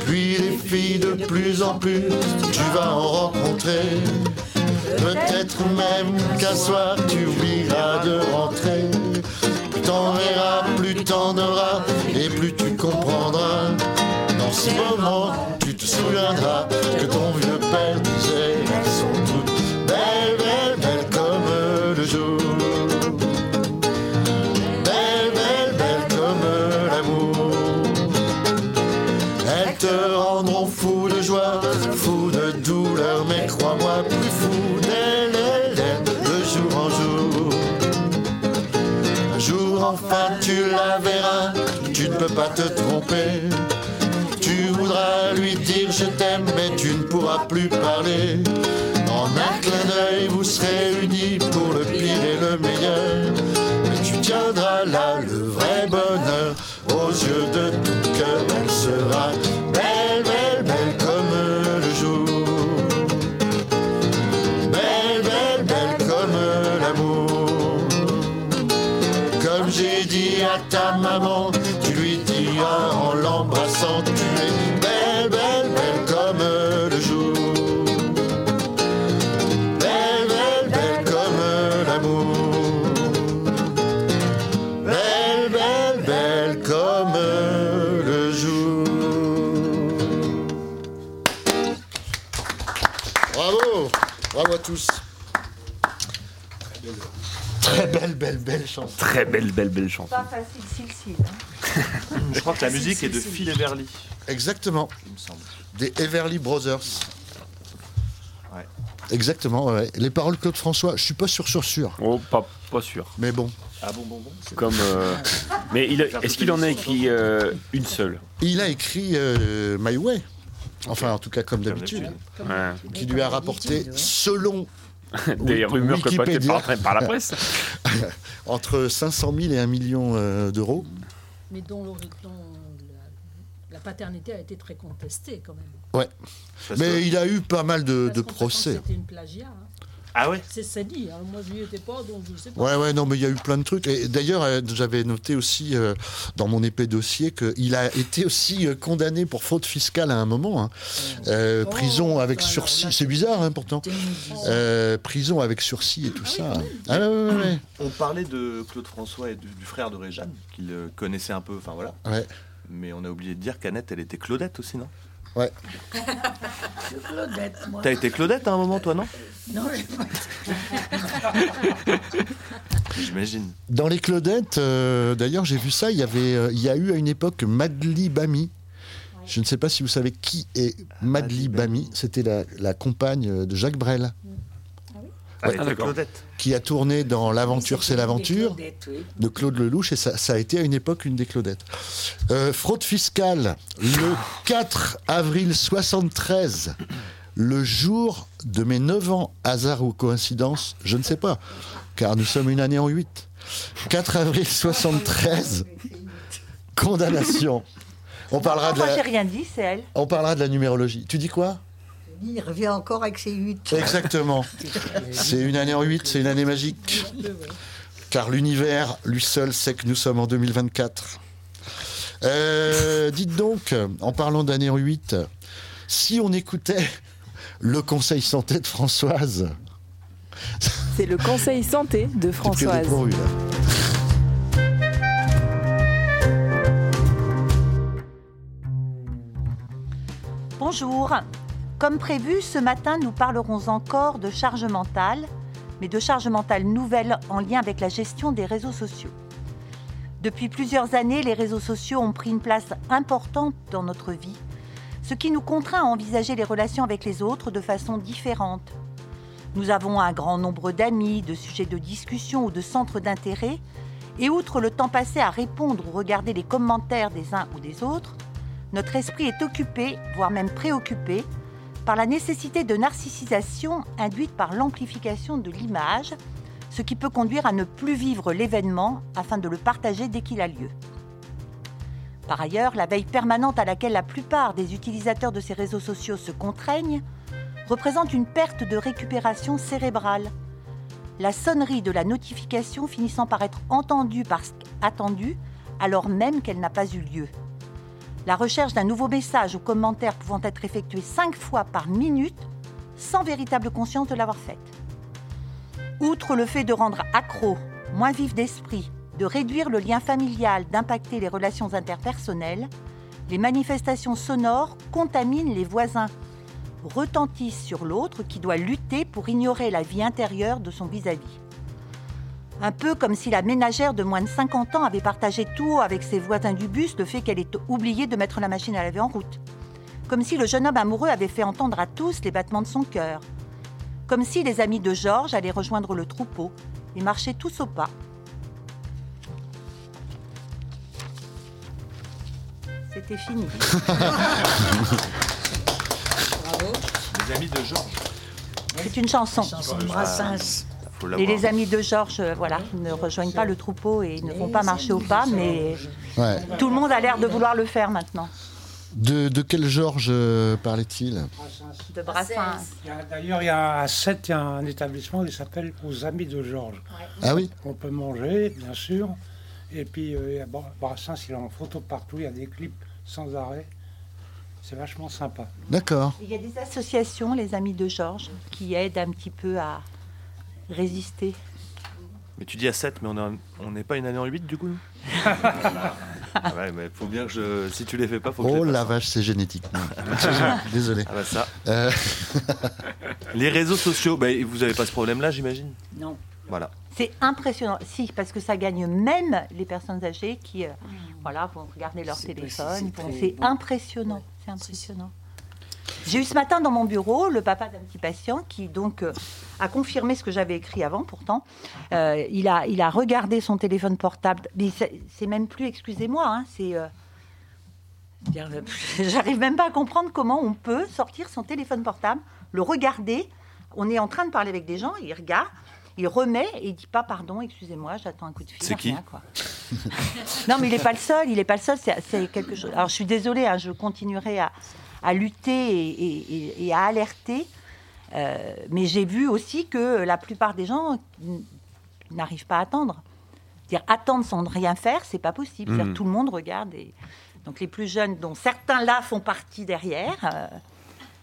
Speaker 4: Puis les filles de plus en plus, tu vas en rencontrer. Peut-être même qu'un soir tu oublieras de rentrer. Plus t'en verras, plus t'en auras, et plus tu comprendras. Dans ce moment, tu te souviendras que ton vieux père disait elles sont toutes belles, belles, belles comme le jour. Belles, belles, belles comme l'amour. Elles te rendront fou de joie, fou de douleur, mais crois-moi plus fou d'elles, elles, elles, de jour en jour. Un jour enfin tu la verras, tu ne peux pas te tromper. Tu voudras lui dire je t'aime, mais tu ne pourras plus parler. En un clin d'œil, vous serez unis pour le pire et le meilleur. Mais tu tiendras là le vrai bonheur aux yeux de ton cœur. Elle sera belle, belle, belle comme le jour. Belle, belle, belle comme l'amour. Comme j'ai dit à ta maman, tu lui diras en l'embrassant, tu es belle, belle, belle comme le jour. Belle, belle, belle comme l'amour. Belle, belle, belle comme le jour. Bravo, bravo à tous. Très belle, belle, belle chanson.
Speaker 2: Très belle, belle, belle chanson.
Speaker 14: Pas facile, hein. Cécile.
Speaker 5: Je crois que la musique est de Phil Everly.
Speaker 4: Exactement.
Speaker 5: Il me semble.
Speaker 4: Des Everly Brothers. Exactement, ouais. Les paroles Claude François, je suis pas sûr, sûr, sûr.
Speaker 2: Oh, pas, pas sûr.
Speaker 4: Mais bon.
Speaker 5: Ah bon, bon, bon.
Speaker 2: Comme. euh, Mais il a- est-ce qu'il en a écrit euh, une seule
Speaker 4: Il a écrit euh, My Way. Enfin, en tout cas, comme d'habitude.
Speaker 2: Ouais.
Speaker 4: Qui lui a rapporté,
Speaker 5: (laughs)
Speaker 4: selon.
Speaker 2: Des
Speaker 4: Wik-
Speaker 2: rumeurs que
Speaker 4: Wikipédia,
Speaker 2: passaient par, par la presse.
Speaker 4: (laughs) entre 500 000 et 1 million euh, d'euros.
Speaker 7: Mais dont, l'ori- dont la, la paternité a été très contestée quand même.
Speaker 4: Ouais.
Speaker 5: Parce
Speaker 4: Mais
Speaker 5: que-
Speaker 4: il a eu pas mal
Speaker 7: Parce
Speaker 4: de, Euh, de
Speaker 7: qu'on
Speaker 4: procès.
Speaker 7: prétend que C'était une plagiat. hein.
Speaker 5: Ah ouais
Speaker 7: C'est ça dit. hein. Moi, je n'y étais pas, donc je ne sais pas.
Speaker 4: Ouais, ouais, non, mais il y a eu plein de trucs. Et d'ailleurs, euh, j'avais noté aussi euh, dans mon épais dossier qu'il a été aussi euh, condamné pour fraude fiscale à un moment. hein. Euh, prison avec sursis, c'est bizarre hein, pourtant. Euh, prison avec sursis et tout ça. Ah, ouais, ouais, ouais, ouais.
Speaker 5: (clears throat) On parlait de Claude François et du, du frère de Réjeanne, qu'il euh, connaissait un peu, enfin voilà.
Speaker 4: Ouais.
Speaker 5: Mais on a oublié de dire qu'Annette, elle était Claudette aussi, non
Speaker 4: Ouais.
Speaker 7: Claudette, moi.
Speaker 5: (laughs) T'as été Claudette à un moment, toi, non
Speaker 7: Non, j'ai pas
Speaker 5: J'imagine.
Speaker 4: Dans les Claudettes, euh, d'ailleurs, j'ai vu ça. Il y avait, euh, il y a eu à une époque Madly Bami. Je ne sais pas si vous savez qui est Madly Bami. C'était la, la compagne de Jacques Brel.
Speaker 5: Ah,
Speaker 4: Ouais.
Speaker 5: les Claudettes.
Speaker 4: Qui a tourné dans L'Aventure, c'est l'aventure
Speaker 12: Des Claudettes, oui.
Speaker 4: de Claude Lelouch et ça, ça a été à une époque une des Claudettes. Euh, fraude fiscale, le 4 avril 73, le jour de mes 9 ans, hasard ou coïncidence, je ne sais pas, car nous sommes une année en 8. 4 avril 73, condamnation. On
Speaker 5: Ah,
Speaker 4: parlera de
Speaker 5: bah-
Speaker 14: Moi, j'ai
Speaker 4: la,
Speaker 14: rien dit, c'est elle.
Speaker 4: on parlevra de la numérologie. Tu dis quoi
Speaker 6: Il revient encore avec ses 8.
Speaker 12: (laughs)
Speaker 4: Exactement. C'est une année en 8, c'est une année magique. Car l'univers, lui seul, sait que nous sommes en 2024. Euh, dites donc, en parlant d'année en 8, si on écoutait le conseil santé de Françoise.
Speaker 16: C'est le conseil santé de
Speaker 4: J'ai pris des
Speaker 16: Françoise.
Speaker 4: pourrues, là.
Speaker 14: Bonjour. Comme prévu, ce matin, nous parlerons encore de charge mentale, mais de charge mentale nouvelle en lien avec la gestion des réseaux sociaux. Depuis plusieurs années, les réseaux sociaux ont pris une place importante dans notre vie, ce qui nous contraint à envisager les relations avec les autres de façon différente. Nous avons un grand nombre d'amis, de sujets de discussion ou de centres d'intérêt, et outre le temps passé à répondre ou regarder les commentaires des uns ou des autres, notre esprit est occupé, voire même préoccupé, par la nécessité de narcissisation induite par l'amplification de l'image, ce qui peut conduire à ne plus vivre l'événement afin de le partager dès qu'il a lieu. Par ailleurs, la veille permanente à laquelle la plupart des utilisateurs de ces réseaux sociaux se contraignent représente une perte de récupération cérébrale. La sonnerie de la notification finissant par être entendue par attendue alors même qu'elle n'a pas eu lieu. La recherche d'un nouveau message ou commentaire pouvant être effectué cinq fois par minute sans véritable conscience de l'avoir faite. Outre le fait de rendre accro, moins vif d'esprit, de réduire le lien familial, d'impacter les relations interpersonnelles, les manifestations sonores contaminent les voisins, retentissent sur l'autre qui doit lutter pour ignorer la vie intérieure de son vis-à-vis. Un peu comme si la ménagère de moins de 50 ans avait partagé tout haut avec ses voisins du bus le fait qu'elle ait oublié de mettre la machine à laver en route. Comme si le jeune homme amoureux avait fait entendre à tous les battements de son cœur. Comme si les amis de Georges allaient rejoindre le troupeau et marchaient tous au pas. C'était fini.
Speaker 5: Les amis de Georges.
Speaker 14: C'est une chanson. Bah,
Speaker 5: Chanson de Brassens. Faut
Speaker 14: Et
Speaker 5: l'avoir.
Speaker 14: les amis de Georges, euh, voilà, ne rejoignent pas le troupeau et ne vont pas marcher au pas, mais
Speaker 4: Ouais.
Speaker 14: tout le monde a l'air de vouloir le faire maintenant.
Speaker 4: De, de quel Georges euh, parlait-il
Speaker 14: De
Speaker 12: Ah,
Speaker 14: Brassens.
Speaker 11: Il y a- D'ailleurs, il y a à 7, il y a un établissement qui s'appelle Aux Amis de Georges.
Speaker 4: Ah oui
Speaker 11: On peut manger, bien sûr. Et puis, euh, il y a Bra- Brassens, il est en photo partout. Il y a des clips sans arrêt. C'est vachement sympa.
Speaker 4: D'accord.
Speaker 14: Il y a des associations, les amis de Georges, qui aident un petit peu à résister.
Speaker 5: Mais tu dis à 7, mais on est en- on n'est pas une année en 8 du coup nous Ah Ouais, mais faut bien que je. Si tu les fais pas, faut que je
Speaker 4: Oh
Speaker 5: les
Speaker 4: la
Speaker 5: fasse.
Speaker 4: vache, c'est
Speaker 2: (laughs)
Speaker 4: génétique. Non. (laughs) Désolé.
Speaker 5: Ah bah ça.
Speaker 4: Euh,
Speaker 5: Les réseaux sociaux, bah, vous avez pas ce problème-là, j'imagine
Speaker 14: Non.
Speaker 5: Voilà.
Speaker 14: C'est impressionnant. Si, parce que ça gagne même les personnes âgées qui, euh, voilà, vont regarder leur téléphone.
Speaker 12: Hmm. c'est
Speaker 14: vont-
Speaker 12: très
Speaker 14: C'est
Speaker 12: bon.
Speaker 14: impressionnant. C'est impressionnant. J'ai eu ce matin dans mon bureau le papa d'un petit patient qui donc euh, a confirmé ce que j'avais écrit avant. Pourtant, Euh, il a il a regardé son téléphone portable. Mais c'est c'est même plus, excusez-moi, hein, c'est euh, Bien, euh, (laughs) J'arrive même pas à comprendre comment on peut sortir son téléphone portable, le regarder. On est en train de parler avec des gens, il regarde, il remet et il dit pas pardon, excusez-moi, j'attends un coup de fil.
Speaker 5: (laughs) C'est qui
Speaker 14: rien, quoi. Non, mais il n'est pas le seul, il n'est pas le seul. C'est c'est quelque chose. Alors je suis désolée, hein, je continuerai à, à lutter et, et- et- et à alerter. Euh, mais j'ai vu aussi que la plupart des gens n- n'arrivent pas à attendre. Dire attendre sans ne rien faire, c'est pas possible.
Speaker 2: Mm.
Speaker 14: C'est-à-dire,
Speaker 16: Mhm.
Speaker 14: Tout le monde regarde et donc les plus jeunes, dont certains là font partie derrière, euh,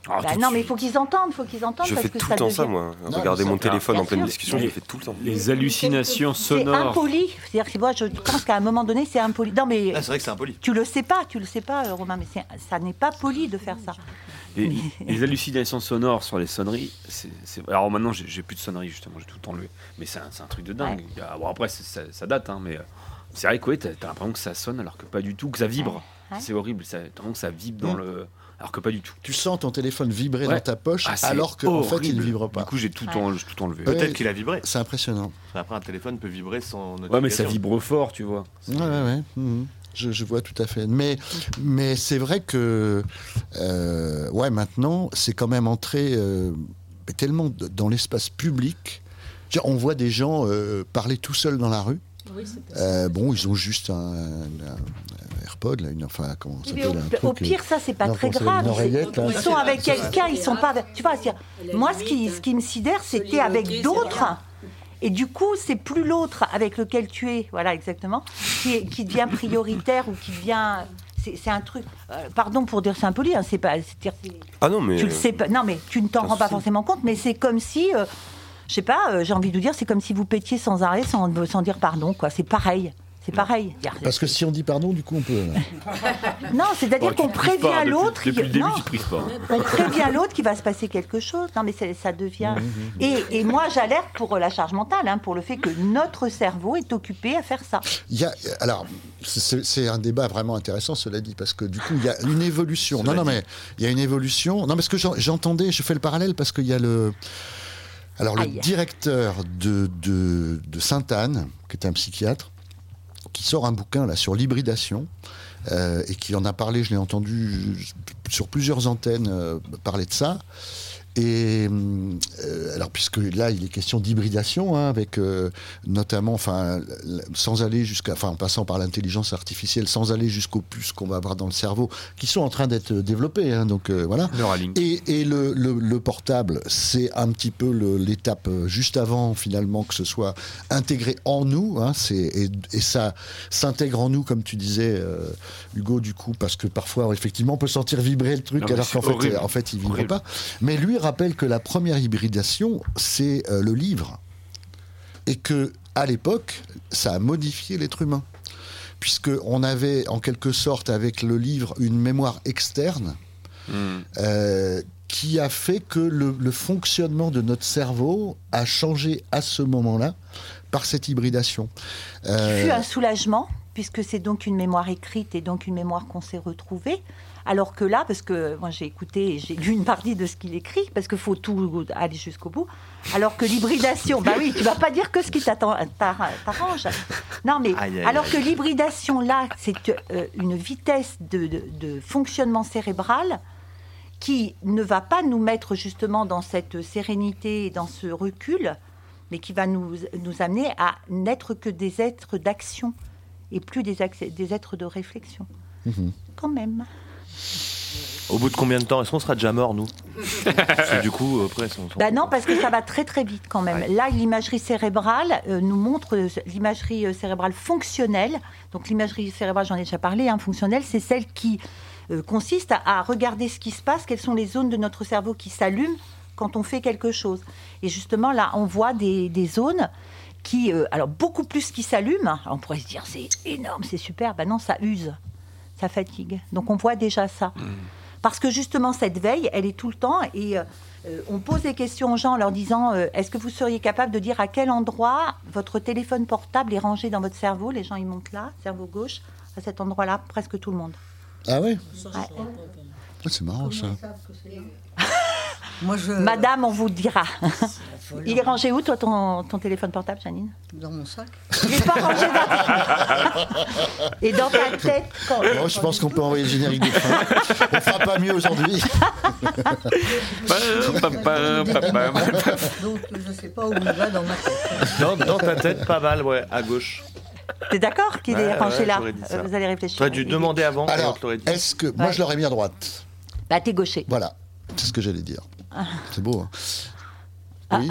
Speaker 2: Ah,
Speaker 14: Bah
Speaker 2: tout de
Speaker 14: non, mais il faut qu'ils entendent, faut qu'ils entendent.
Speaker 2: Je
Speaker 14: parce
Speaker 2: fais
Speaker 14: que
Speaker 2: tout
Speaker 14: ça
Speaker 2: le temps ça,
Speaker 14: devient-
Speaker 2: moi. hein.
Speaker 14: Non,
Speaker 3: Regardez
Speaker 14: mais
Speaker 3: hein. mon
Speaker 14: ça-
Speaker 3: téléphone en
Speaker 14: Bien
Speaker 3: pleine
Speaker 14: sûr.
Speaker 3: discussion, je le fais tout le temps.
Speaker 2: Les hallucinations
Speaker 14: C'est
Speaker 2: sonores.
Speaker 14: impoli. C'est-à-dire que moi, je pense qu'à un moment donné, c'est impoli. Non, mais
Speaker 5: Ah, c'est vrai que c'est impoli.
Speaker 14: tu le sais pas, tu le sais pas, euh, Romain, mais c'est- ça n'est pas poli de faire ça.
Speaker 2: Les, les hallucinations sonores sur les sonneries, c'est. c'est- Alors maintenant, j'ai j'ai plus de sonneries, justement, j'ai tout enlevé. Mais c'est un, c'est un truc de dingue. Il y a- bon, après, c'est- ça, ça date, hein, mais euh, c'est vrai que ouais, t'as t'as l'impression que ça sonne alors que pas du tout, que ça vibre.
Speaker 14: Ouais.
Speaker 2: C'est horrible, ça- t'as l'impression que ça vibre dans
Speaker 3: Mmh.
Speaker 4: Mm.
Speaker 2: le. Alors que pas du tout.
Speaker 4: Tu sens ton téléphone vibrer
Speaker 2: Ouais.
Speaker 4: dans ta poche
Speaker 2: Ah, c'est
Speaker 4: alors qu'en fait il
Speaker 2: horrible.
Speaker 4: ne vibre pas.
Speaker 2: Du coup, j'ai tout,
Speaker 4: Ouais.
Speaker 2: en- j'ai tout enlevé.
Speaker 4: Peut-être
Speaker 5: Peut-être qu'il a vibré.
Speaker 4: C'est impressionnant.
Speaker 5: Après, un téléphone peut vibrer sans notification.
Speaker 2: Ouais, mais ça vibre fort, tu vois.
Speaker 4: Ouais, ouais, ouais. Mhm. Je, je vois tout à fait. Mais, mais c'est vrai que euh, ouais, maintenant, c'est quand même entré euh, tellement d- dans l'espace public. Je veux dire, On voit des gens euh, parler tout seuls dans la rue.
Speaker 7: Oui, c'est possible.
Speaker 4: Euh, bon, ils ont juste un, un- un AirPod, là, une, enfin, comment ça
Speaker 14: Mais
Speaker 4: s'appelle
Speaker 14: au,
Speaker 4: un
Speaker 14: p- au
Speaker 4: truc,
Speaker 14: pire,
Speaker 4: euh,
Speaker 14: ça, c'est pas
Speaker 4: non,
Speaker 14: très
Speaker 4: comment ça s'appelle,
Speaker 14: grave.
Speaker 4: une
Speaker 14: C'est-
Speaker 4: oreillette, là.
Speaker 14: Ils sont avec quelqu'un, ils sont pas avec. Tu vois, c'est-à-dire, moi, ce qui, ce qui me sidère, c'est que t'es avec d'autres. Et du coup, c'est plus l'autre avec lequel tu es, voilà, exactement, qui, est- qui devient prioritaire ou qui devient. C'est c'est un truc. euh, pardon pour dire c'est impoli, hein, c'est pas. c'est-à-dire,
Speaker 3: Ah non, mais.
Speaker 14: tu le sais pas. Non, mais tu ne t'en
Speaker 3: Pas de
Speaker 14: rends pas
Speaker 3: souci.
Speaker 14: forcément compte, mais c'est comme si. euh, je sais pas, euh, j'ai envie de vous dire, c'est comme si vous pétiez sans arrêt, sans, sans dire pardon, quoi. C'est pareil. C'est pareil.
Speaker 4: Parce que si on dit pardon, du coup, on peut.
Speaker 14: Non, c'est-à-dire
Speaker 4: Ouais, Bah, tu
Speaker 14: qu'on
Speaker 4: te prives
Speaker 14: prévient
Speaker 4: pas, depuis-
Speaker 14: l'autre.
Speaker 4: depuis le début,
Speaker 14: non.
Speaker 4: tu te prives pas.
Speaker 14: On prévient l'autre qu'il va se passer quelque chose. Non, mais c'est- ça devient.
Speaker 4: Mmh,
Speaker 14: Et, et moi, j'alerte pour la charge mentale, hein, pour le fait que notre cerveau est occupé à faire ça.
Speaker 4: Il y a, alors, c'est c'est un débat vraiment intéressant, cela dit, parce que du coup, il y a une évolution. non, non, mais il y a une évolution. Non, mais ce que j'en- j'entendais, je fais le parallèle parce qu'il y a le. Alors, le
Speaker 8: Aïe.
Speaker 4: directeur de, de, de Sainte-Anne, qui est un psychiatre, qui sort un bouquin là sur l'hybridation euh, et qui en a parlé, je l'ai entendu sur plusieurs antennes euh, parler de ça. Et hum, euh, alors puisque là il est question d'hybridation hein, avec euh, notamment enfin l- l- sans aller jusqu'à enfin en passant par l'intelligence artificielle sans aller jusqu'aux puces qu'on va avoir dans le cerveau qui sont en train d'être développées hein, donc euh, voilà
Speaker 2: Neuralink.
Speaker 4: et, et le, le- le portable, c'est un petit peu le- l'étape euh, juste avant finalement que ce soit intégré en nous. hein, c'est- et, et ça s'intègre en nous, comme tu disais, euh, Hugo, du coup, parce que parfois, effectivement, on peut sentir vibrer le truc
Speaker 8: Non, mais
Speaker 4: alors
Speaker 8: c'est
Speaker 4: qu'en fait,
Speaker 8: horrible.
Speaker 4: euh, en fait, il vibre
Speaker 8: Horrible.
Speaker 4: pas. Mais lui rappelle que la première hybridation, c'est euh, le livre et que à l'époque, ça a modifié l'être humain, puisque on avait en quelque sorte avec le livre une mémoire externe euh, qui a fait que le, le fonctionnement de notre cerveau a changé à ce moment-là par cette hybridation. Euh,
Speaker 14: fut un soulagement, puisque c'est donc une mémoire écrite et donc une mémoire qu'on s'est retrouvée. Alors que là, parce que moi j'ai écouté et j'ai lu une partie de ce qu'il écrit, parce qu'il faut tout aller jusqu'au bout. Alors que l'hybridation, bah oui, tu vas pas dire que ce qui t'attend- t'ar- t'arrange. Non mais
Speaker 10: Aïe, aïe,
Speaker 14: alors
Speaker 10: aïe.
Speaker 14: que l'hybridation là, c'est euh, une vitesse de, de- de fonctionnement cérébral qui ne va pas nous mettre justement dans cette sérénité et dans ce recul, mais qui va nous, nous amener à n'être que des êtres d'action et plus des, acc- des êtres de réflexion.
Speaker 4: Mhm.
Speaker 14: Quand même.
Speaker 5: Au bout de combien de temps Est-ce qu'on sera déjà mort, nous Parce que Du coup, après, on s'en-
Speaker 14: Bah non, parce que ça va très très vite quand même. Là, l'imagerie cérébrale euh, nous montre euh, l'imagerie euh, cérébrale fonctionnelle. Donc l'imagerie cérébrale, j'en ai déjà parlé, hein, fonctionnelle, c'est celle qui euh, consiste à, à regarder ce qui se passe, quelles sont les zones de notre cerveau qui s'allument quand on fait quelque chose. Et justement, là, on voit des, des zones qui, euh, alors beaucoup plus qui s'allument. On pourrait se dire, c'est énorme, c'est super. Bah non, ça use, ça fatigue. Donc on voit déjà ça. Parce que justement, cette veille, elle est tout le temps et euh, euh, on pose des questions aux gens en leur disant euh, Est-ce que vous seriez capable de dire à quel endroit votre téléphone portable est rangé dans votre cerveau Les gens, ils montent là, cerveau gauche, à cet endroit-là, presque tout le monde.
Speaker 4: Ah ouais
Speaker 14: Ouais.
Speaker 4: Ah, C'est marrant ça.
Speaker 14: Madame, on vous dira. (laughs) Il est rangé où, toi, ton, ton téléphone portable, Janine
Speaker 6: Dans mon sac.
Speaker 12: (laughs)
Speaker 14: Et dans ta
Speaker 4: (laughs)
Speaker 14: tête, quand
Speaker 4: Bon, je pense qu'on peut envoyer le générique de fin. On fera pas mieux aujourd'hui.
Speaker 5: euh,
Speaker 6: Donc, je sais pas où il va dans ma tête.
Speaker 5: dans, dans ta tête, pas mal, ouais, à gauche.
Speaker 14: T'es d'accord qu'il est
Speaker 5: Ouais,
Speaker 14: penché
Speaker 5: ouais,
Speaker 14: là
Speaker 5: j'aurais dit ça.
Speaker 14: Euh, Vous allez réfléchir.
Speaker 5: T'aurais dû
Speaker 14: Il est-
Speaker 5: demander avant. et on
Speaker 4: Alors,
Speaker 5: te l'aurait dit.
Speaker 4: est-ce que. Moi,
Speaker 14: Ouais.
Speaker 4: je l'aurais mis à droite.
Speaker 14: Bah, t'es gaucher.
Speaker 4: Voilà, c'est ce que j'allais dire.
Speaker 14: Ah.
Speaker 4: C'est beau. hein. Oui.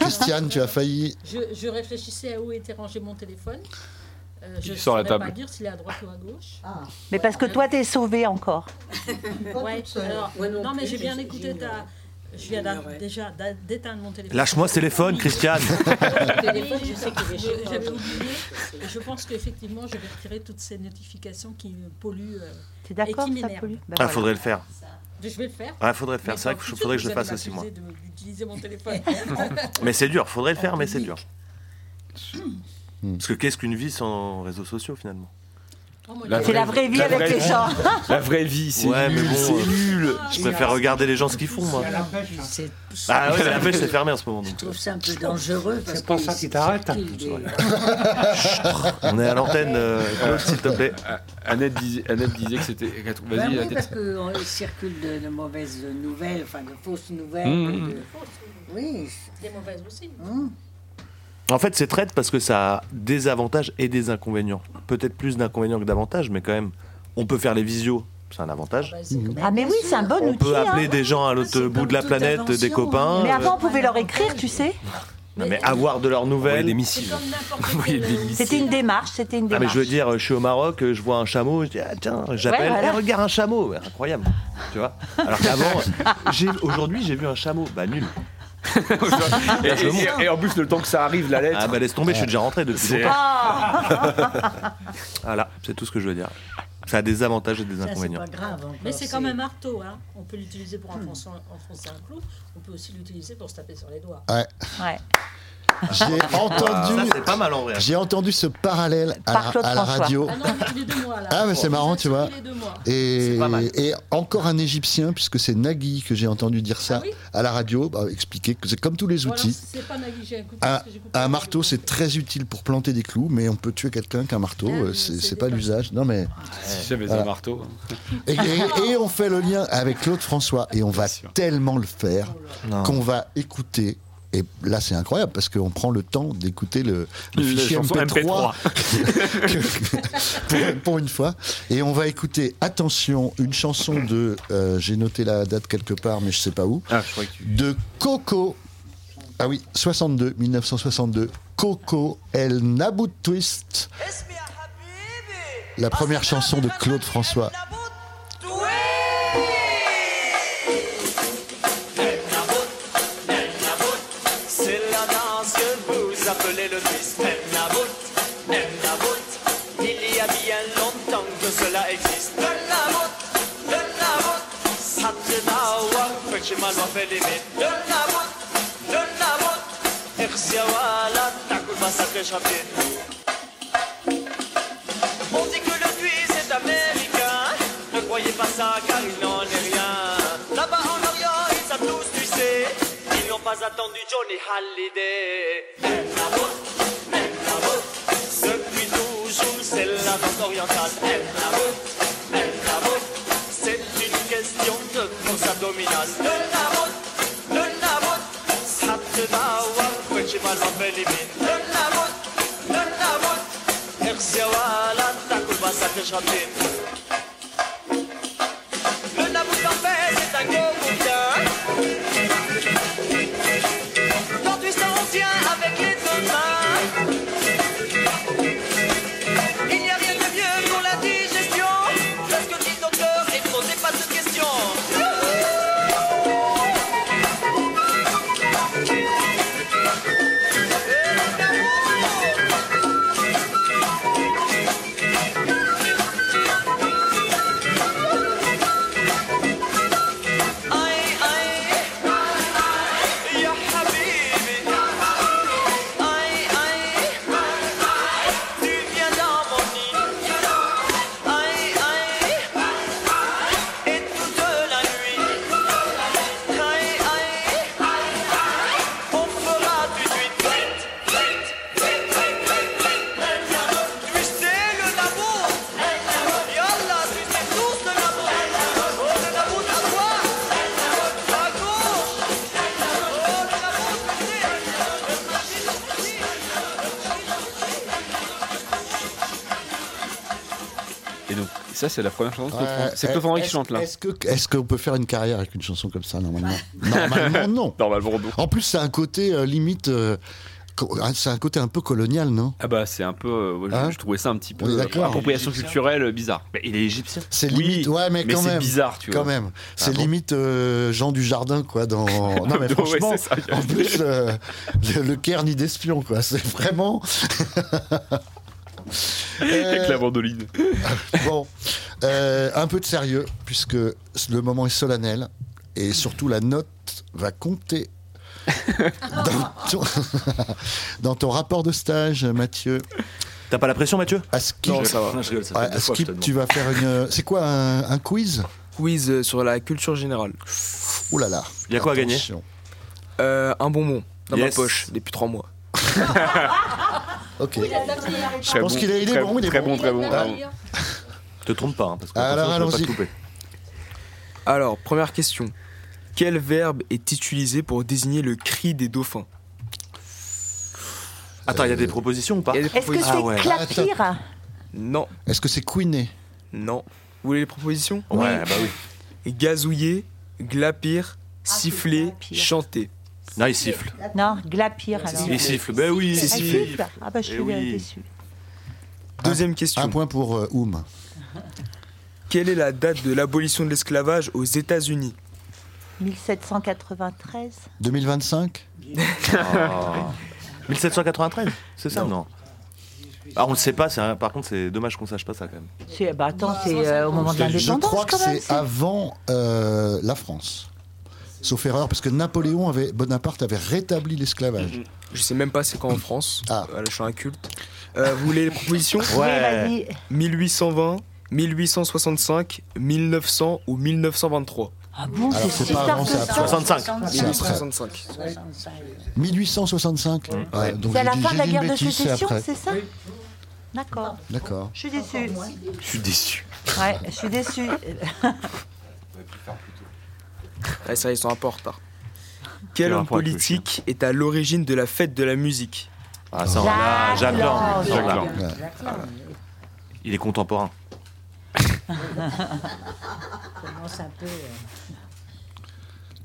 Speaker 4: Christiane, tu as failli.
Speaker 7: Je, je réfléchissais à où était rangé mon téléphone. Euh, je
Speaker 2: Il
Speaker 7: ne
Speaker 2: sort la
Speaker 7: saurais
Speaker 2: table.
Speaker 7: pas dire s'il est à droite ou à gauche.
Speaker 17: Ah.
Speaker 14: Mais parce que toi, t'es sauvé encore.
Speaker 17: (laughs)
Speaker 7: Ouais,
Speaker 17: toute seule.
Speaker 7: alors,
Speaker 17: Moi non
Speaker 7: non, mais
Speaker 17: plus,
Speaker 7: j'ai
Speaker 17: je-
Speaker 7: bien écouté ta. Je viens d'a-
Speaker 17: j'ignorais.
Speaker 7: déjà d'a- d'éteindre mon téléphone.
Speaker 5: Lâche-moi ce téléphone, Christiane
Speaker 7: (laughs) Le
Speaker 17: téléphone, je sais qu'il est chez moi.
Speaker 7: J'avais oublié. Et je pense qu'effectivement, je vais retirer toutes ces notifications qui me polluent. euh,
Speaker 14: T'es d'accord,
Speaker 7: et qui
Speaker 14: ça
Speaker 7: m'énervent. Bah
Speaker 14: pollue Ben
Speaker 5: Ah, faudrait le faire.
Speaker 7: Je vais le faire.
Speaker 5: Ah, faudrait le faire.
Speaker 7: Mais
Speaker 5: C'est vrai
Speaker 7: pas
Speaker 5: que
Speaker 7: tout de
Speaker 5: faudrait que
Speaker 7: suite,
Speaker 5: je le
Speaker 7: vous allez
Speaker 5: fasse aussi, moi.
Speaker 7: m'accuser de- d'utiliser mon téléphone.
Speaker 5: (laughs) Mais c'est dur, faudrait le faire, mais c'est dur.
Speaker 4: Hmm.
Speaker 5: Parce que qu'est-ce qu'une vie sans réseaux sociaux finalement
Speaker 14: La C'est la vraie- vraie vie la avec vraie les vie. gens.
Speaker 2: La vraie vie, c'est
Speaker 5: ouais,
Speaker 2: nul,
Speaker 5: mais bon,
Speaker 2: c'est
Speaker 5: euh,
Speaker 2: nul.
Speaker 5: Je préfère regarder les gens ce qu'ils font, moi.
Speaker 6: hein.
Speaker 5: Ah ouais, la pêche c'est fermé en ce moment. donc.
Speaker 17: Je trouve ça un peu dangereux. parce
Speaker 11: C'est pour
Speaker 17: que
Speaker 11: ça qu'il t'arrête.
Speaker 17: (laughs)
Speaker 5: On est à l'antenne, euh, Claude, s'il te plaît.
Speaker 2: Ah, Annette disait, Annette disait que c'était. qu'elle trouve-
Speaker 17: Bah
Speaker 2: Vas-y,
Speaker 17: oui,
Speaker 2: Annette.
Speaker 17: parce qu'on circule de, de mauvaises nouvelles, enfin de fausses nouvelles.
Speaker 5: Mmh.
Speaker 17: de- Oui. Mmh.
Speaker 7: Des mauvaises aussi.
Speaker 5: En fait, c'est traite parce que ça a des avantages et des inconvénients. Peut-être plus d'inconvénients que d'avantages, mais quand même, on peut faire les visios, c'est un avantage.
Speaker 14: Ah, mais oui, c'est un bon
Speaker 5: On
Speaker 14: outil.
Speaker 5: peut appeler
Speaker 14: hein.
Speaker 5: des gens à l'autre bout de la planète, des copains.
Speaker 14: Mais
Speaker 5: euh,
Speaker 14: avant, on pouvait leur écrire, tu sais.
Speaker 5: non, mais avoir de leurs nouvelles. des missiles.
Speaker 14: C'était une démarche, c'était une
Speaker 5: Ah, mais
Speaker 14: démarche.
Speaker 5: je veux dire, je suis au Maroc, je vois un chameau, je dis, ah tiens, j'appelle,
Speaker 14: Ouais, voilà.
Speaker 5: Eh, regarde un chameau, Ouais, incroyable, tu vois. Alors
Speaker 2: (laughs)
Speaker 5: qu'avant, j'ai- aujourd'hui j'ai vu un chameau, bah nul.
Speaker 2: Et, et- et en plus, le temps que ça arrive, la lettre.
Speaker 5: Ah bah laisse tomber, je suis déjà rentré depuis
Speaker 2: C'est-
Speaker 5: longtemps.
Speaker 2: (laughs)
Speaker 5: Voilà, c'est tout ce que je veux dire. Ça a des avantages et des inconvénients.
Speaker 12: Ah, bah,
Speaker 7: Mais c'est comme
Speaker 17: (laughs)
Speaker 7: un marteau. Hein. On peut l'utiliser pour enfoncer, enfoncer un clou. On peut aussi l'utiliser pour se taper sur les doigts.
Speaker 4: Ouais.
Speaker 14: Ouais.
Speaker 4: J'ai entendu.
Speaker 5: Ah, Ça, c'est pas mal en vrai.
Speaker 4: J'ai entendu ce parallèle à,
Speaker 14: Par
Speaker 4: la-
Speaker 14: Claude
Speaker 4: à la
Speaker 14: François.
Speaker 4: radio.
Speaker 14: Ah non, il est de moi, là.
Speaker 4: Ah, mais c'est marrant, tu vois.
Speaker 14: Il est de moi.
Speaker 4: Et, et encore un Égyptien, puisque c'est Nagui que j'ai entendu dire ça à la radio, bah, expliquer que c'est comme tous les
Speaker 7: Ou alors,
Speaker 4: outils. Ah.
Speaker 7: c'est pas Nagui, j'ai un couteau,
Speaker 4: Un,
Speaker 7: parce que j'ai coupé.
Speaker 4: un marteau, c'est très utile pour planter des clous, mais on peut tuer quelqu'un qu'un marteau. euh, C'est c'est pas l'usage. Non, mais.
Speaker 2: Si j'avais
Speaker 4: Voilà.
Speaker 2: un marteau.
Speaker 4: Et, et- et on fait le lien avec Claude François et on va tellement le faire qu'on va écouter. Et là, c'est incroyable parce qu'on prend le temps d'écouter le, le
Speaker 2: La
Speaker 4: fichier
Speaker 2: chanson
Speaker 4: MP3, (laughs) que- (laughs) pour, pour une fois. Et on va écouter, attention, une chanson de, euh, j'ai noté la date quelque part, mais Ah, je sais pas où, de Coco. Ah oui, 62, 1962. Coco El Nabout Twist. La première chanson de Claude François.
Speaker 18: C'est la danse que vous appelez le twist. Nabout, Nabout, il y a bien longtemps que cela existe. Nabout, Nabout, ça te dawa, fechima lo felimit. Nabout, Nabout, erziawala, takul massacre champion. On dit que le twist est américain. Ne croyez pas ça car il n'en est rien. Là-bas en Orient, ils savent tous, tu sais. Ils n'ont pas attendu Johnny Hallyday. Nabout, Nabout, depuis toujours, c'est la danse orientale. Nabout, Nabout, c'est une question de force abdominale. Nabout, Nabout, ça te dawa, petit mal en fait limite. Nabout, Nabout, Erziawala, Takuba, ça te chantine. Le Nabout en fait, c'est un gros bouquin. Dans du sang, on tient avec les deux mains. Il n'y a rien de mieux pour la digestion. Parce que dit docteur, et posez pas de
Speaker 2: Et donc, ça, c'est la première chanson. de Claude
Speaker 4: Ouais,
Speaker 2: François. hein. C'est Claude François qui
Speaker 4: est-ce-
Speaker 2: chante là.
Speaker 4: Est-ce que est-ce qu'on peut faire une carrière avec une chanson comme ça normalement Normalement non.
Speaker 2: Normalement non.
Speaker 4: En plus, c'est un côté euh, limite. euh, co- ah, ça a un côté un peu colonial, non
Speaker 2: Ah bah c'est un peu, euh, ouais, je-
Speaker 4: Hein
Speaker 2: je, trouvais ça un petit peu
Speaker 4: On est
Speaker 2: euh,
Speaker 4: d'accord.
Speaker 2: appropriation culturelle euh, bizarre. Mais il est égyptien.
Speaker 4: C'est
Speaker 2: Oui,
Speaker 4: limite, ouais, mais, quand
Speaker 2: c'est
Speaker 4: même.
Speaker 2: bizarre, tu
Speaker 4: quand
Speaker 2: vois.
Speaker 4: même. C'est
Speaker 2: Ah bon
Speaker 4: limite euh, Jean du Jardin, quoi.
Speaker 2: (laughs)
Speaker 4: Dans. Non, mais
Speaker 2: Ouais,
Speaker 4: franchement,
Speaker 2: c'est ça.
Speaker 4: en plus, euh, le, le Caire ni d'espion, quoi. C'est vraiment.
Speaker 2: (laughs)
Speaker 4: Euh,
Speaker 2: Avec la bandoline.
Speaker 4: (laughs) bon, Euh, un peu de sérieux, puisque le moment est solennel, et surtout la note va compter. dans, ton, (laughs) dans ton rapport de stage, Mathieu.
Speaker 5: T'as pas la pression, Mathieu
Speaker 4: À Skip,
Speaker 5: Non, ça va. Non, je rigole, ça fait
Speaker 4: Ouais,
Speaker 5: deux
Speaker 4: à
Speaker 5: fois que je te
Speaker 4: Skip,
Speaker 5: demande.
Speaker 4: tu vas faire une. C'est quoi un, un quiz
Speaker 13: Quiz euh, sur la culture générale.
Speaker 4: Ouh là là.
Speaker 5: Y a quoi à gagner
Speaker 4: Attention.
Speaker 13: Euh, Un bonbon dans
Speaker 5: Yes.
Speaker 13: ma poche depuis trois mois.
Speaker 4: (laughs) ok.
Speaker 13: Je
Speaker 4: pense qu'il est- il est
Speaker 5: très,
Speaker 4: bon, il est
Speaker 5: très
Speaker 4: bon. Ah.
Speaker 5: bon, très bon.
Speaker 4: Il est
Speaker 5: très
Speaker 4: bon.
Speaker 5: bon. Te trompe pas, hein, parce que
Speaker 13: Alors,
Speaker 5: attention, je vais pas
Speaker 13: allons-y.
Speaker 5: te couper.
Speaker 13: Alors, première question. Quel verbe est utilisé pour désigner le cri des dauphins
Speaker 5: Attends, il y a des propositions ou pas
Speaker 14: Est-ce que c'est clapir
Speaker 13: Non.
Speaker 4: Est-ce que c'est couiner
Speaker 13: Non. Vous voulez les propositions
Speaker 5: Ouais, Oui. bah
Speaker 13: oui. Gazouiller, glapir, siffler, chanter.
Speaker 5: Non, il siffle.
Speaker 14: Non, glapir alors.
Speaker 5: Il siffle, ben oui,
Speaker 14: Ah,
Speaker 5: il siffle.
Speaker 14: siffle Ah bah je
Speaker 5: Eh
Speaker 14: suis
Speaker 5: oui.
Speaker 14: déçue.
Speaker 13: Deuxième question.
Speaker 4: Un point pour euh, Oum.
Speaker 13: Quelle est la date de l'abolition de l'esclavage aux États-Unis
Speaker 14: 1793
Speaker 4: 2025
Speaker 5: Ah. 1793, c'est ça non. Ah, on le sait pas, c'est un- par contre, c'est dommage qu'on sache pas ça quand même.
Speaker 14: C'est- Bah attends, c'est euh, au moment de
Speaker 4: Je
Speaker 14: l'indépendance
Speaker 4: crois que
Speaker 14: quand même.
Speaker 4: c'est avant euh, la France. Sauf erreur, parce que Napoléon avait, Bonaparte avait rétabli l'esclavage.
Speaker 13: Je sais même pas c'est quand en France.
Speaker 4: Ah.
Speaker 13: Voilà, je suis un culte. Euh, vous voulez les propositions
Speaker 4: Oui, vas-y.
Speaker 13: 1820, 1865, 1900 ou 1923
Speaker 14: Ah bon,
Speaker 4: Alors, c'est c'est si pas tard avant, que c'est ça après. 65. C'est après.
Speaker 13: 65.
Speaker 5: Mmh.
Speaker 4: 1865 Ouais, donc
Speaker 14: C'est à
Speaker 4: j'ai
Speaker 14: la
Speaker 4: dit-
Speaker 14: fin
Speaker 4: j'ai
Speaker 14: de la
Speaker 4: dit une
Speaker 14: guerre de
Speaker 4: bêtise, c'est
Speaker 14: sécession,
Speaker 4: après.
Speaker 14: c'est ça D'accord.
Speaker 4: D'accord.
Speaker 14: Je suis déçue.
Speaker 2: Je suis déçu.
Speaker 14: Ouais, je suis déçue.
Speaker 13: Ouais, ça, ils sont hein. un peu en retard. Quel homme
Speaker 5: rapport avec le
Speaker 13: politique est à l'origine de la fête de la musique
Speaker 5: Ah, ça, on l'a. Jacques Jacques Lang. Lang. Jacques Lang. Ah,
Speaker 13: Ouais.
Speaker 5: Il est contemporain.
Speaker 6: commence un peu. euh,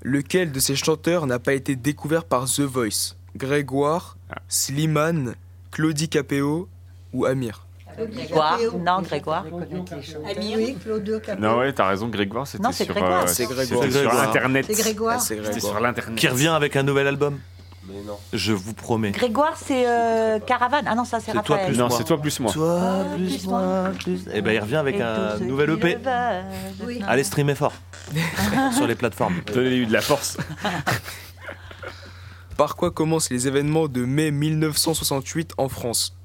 Speaker 13: Lequel de ces chanteurs n'a pas été découvert par The Voice Grégoire,
Speaker 5: Ah.
Speaker 13: Slimane, Claudie Capéo ou Amir
Speaker 14: Grégoire, non, Grégoire.
Speaker 6: Oui, Claudio Capéo.
Speaker 2: Non, Ah ouais, t'as raison, Grégoire, c'était
Speaker 14: Non, c'est
Speaker 2: sur,
Speaker 14: Grégoire.
Speaker 2: euh,
Speaker 14: C'est
Speaker 2: c'était
Speaker 5: Grégoire.
Speaker 2: sur
Speaker 5: Grégoire.
Speaker 2: Internet.
Speaker 14: (laughs) C'est Grégoire.
Speaker 2: Ah, C'était
Speaker 5: Grégoire.
Speaker 2: sur l'Internet.
Speaker 5: Qui revient avec un nouvel album
Speaker 2: Mais non.
Speaker 5: Je vous promets.
Speaker 14: Grégoire, c'est euh, Caravane. Ah non, ça, c'est
Speaker 5: C'est toi
Speaker 14: Raphaël. Euh,
Speaker 5: plus
Speaker 2: Non,
Speaker 5: moi.
Speaker 2: c'est toi plus moi.
Speaker 5: Toi plus moi plus. Eh ben, il revient avec
Speaker 14: Et
Speaker 5: un
Speaker 14: tous ceux
Speaker 5: nouvel E
Speaker 14: qui le
Speaker 5: EP.
Speaker 14: veulent.
Speaker 5: Allez streamer fort sur les plateformes.
Speaker 2: Donnez-lui de la force.
Speaker 13: (laughs) Par quoi commencent les événements de mai 1968 en France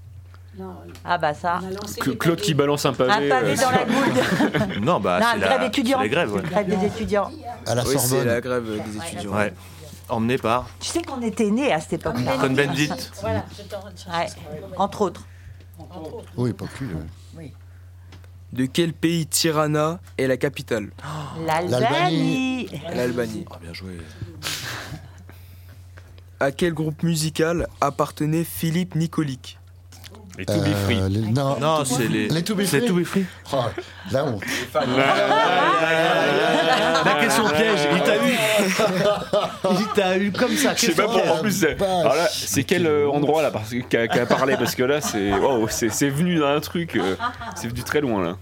Speaker 14: Ah bah ça.
Speaker 2: Que Claude qui balance un pavé.
Speaker 14: Un pavé
Speaker 2: euh,
Speaker 14: dans la
Speaker 5: (laughs)
Speaker 2: sur-
Speaker 5: Non, bah,
Speaker 14: non,
Speaker 5: c'est la
Speaker 14: grève étudiante.
Speaker 5: c'est les grèves, ouais.
Speaker 14: Grève des étudiants.
Speaker 5: À la
Speaker 13: Oui, c'est
Speaker 5: Sorbonne.
Speaker 13: la grève euh, des étudiants.
Speaker 5: Ouais. Emmené
Speaker 2: (laughs)
Speaker 5: par
Speaker 14: Tu sais qu'on était nés à cette époque-là.
Speaker 5: Cohn Bendit.
Speaker 14: Voilà. Entre autres.
Speaker 4: Oui, pas plus. hein.
Speaker 13: De quel pays Tirana est la capitale
Speaker 14: L'Albanie.
Speaker 13: Oh, L'Albanie.
Speaker 5: bien joué.
Speaker 13: À quel groupe musical appartenait Philippe Nicolic
Speaker 2: Les
Speaker 4: To Be Euh, Free. les- non,
Speaker 13: non
Speaker 4: To Be Free.
Speaker 13: c'est les.
Speaker 4: Les To Be
Speaker 13: c'est
Speaker 4: Free.
Speaker 13: To Be Free.
Speaker 4: Oh, la honte.
Speaker 5: La question piège, il t'a eu.
Speaker 2: (laughs)
Speaker 5: Il t'a eu comme ça.
Speaker 2: Je sais pas pour en plus. euh, alors là, c'est quel euh, endroit là parce que qu'a qu'a parlé parce que là c'est wow, c'est c'est venu d'un truc euh, c'est venu très loin là.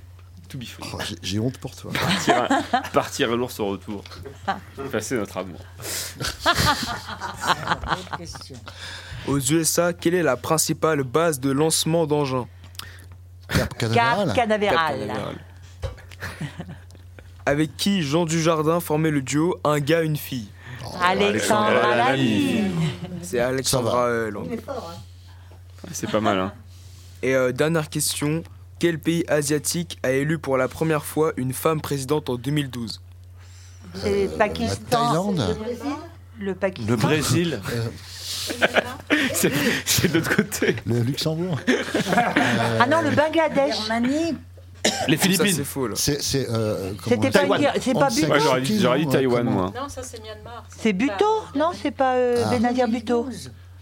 Speaker 2: To be free.
Speaker 4: Oh, J'ai honte pour toi.
Speaker 2: Partir, partir lourd sur retour.
Speaker 17: (laughs)
Speaker 2: Passer notre amour.
Speaker 6: Autre question.
Speaker 13: Aux USA, quelle est la principale base de lancement d'engins Cap
Speaker 14: Canaveral. Cap Canaveral.
Speaker 13: Avec qui Jean Dujardin formait le duo Un gars, une fille
Speaker 14: Alexandra
Speaker 13: Alexandra
Speaker 14: Lamy.
Speaker 13: C'est Alexandra euh, Lang.
Speaker 12: hein,
Speaker 2: C'est pas mal hein.
Speaker 13: (laughs) Et euh, dernière question, quel pays asiatique a élu pour la première fois une femme présidente en 2012
Speaker 14: C'est Pakistan.
Speaker 13: Thaïlande.
Speaker 14: Le Pakistan.
Speaker 5: (laughs)
Speaker 2: Ah
Speaker 5: Euh,
Speaker 2: c'est c'est de l'autre côté.
Speaker 4: Le Luxembourg. Euh,
Speaker 14: Ah non, le Bangladesh.
Speaker 5: Les Philippines.
Speaker 13: c'est faux là.
Speaker 4: C'est. c'est, euh, comment
Speaker 14: C'était
Speaker 4: on
Speaker 14: pas Taïwan.
Speaker 4: dit
Speaker 14: une- c'est
Speaker 4: On
Speaker 14: pas
Speaker 4: ne
Speaker 14: Buton
Speaker 4: sait
Speaker 14: Ouais,
Speaker 2: j'aurais dit- j'aurais dit
Speaker 4: comment-
Speaker 2: Taïwan,
Speaker 4: comment-
Speaker 2: moi.
Speaker 7: Non, ça c'est Myanmar.
Speaker 14: C'est Buto Non, c'est pas euh,
Speaker 5: Ah.
Speaker 14: Benazir Buto.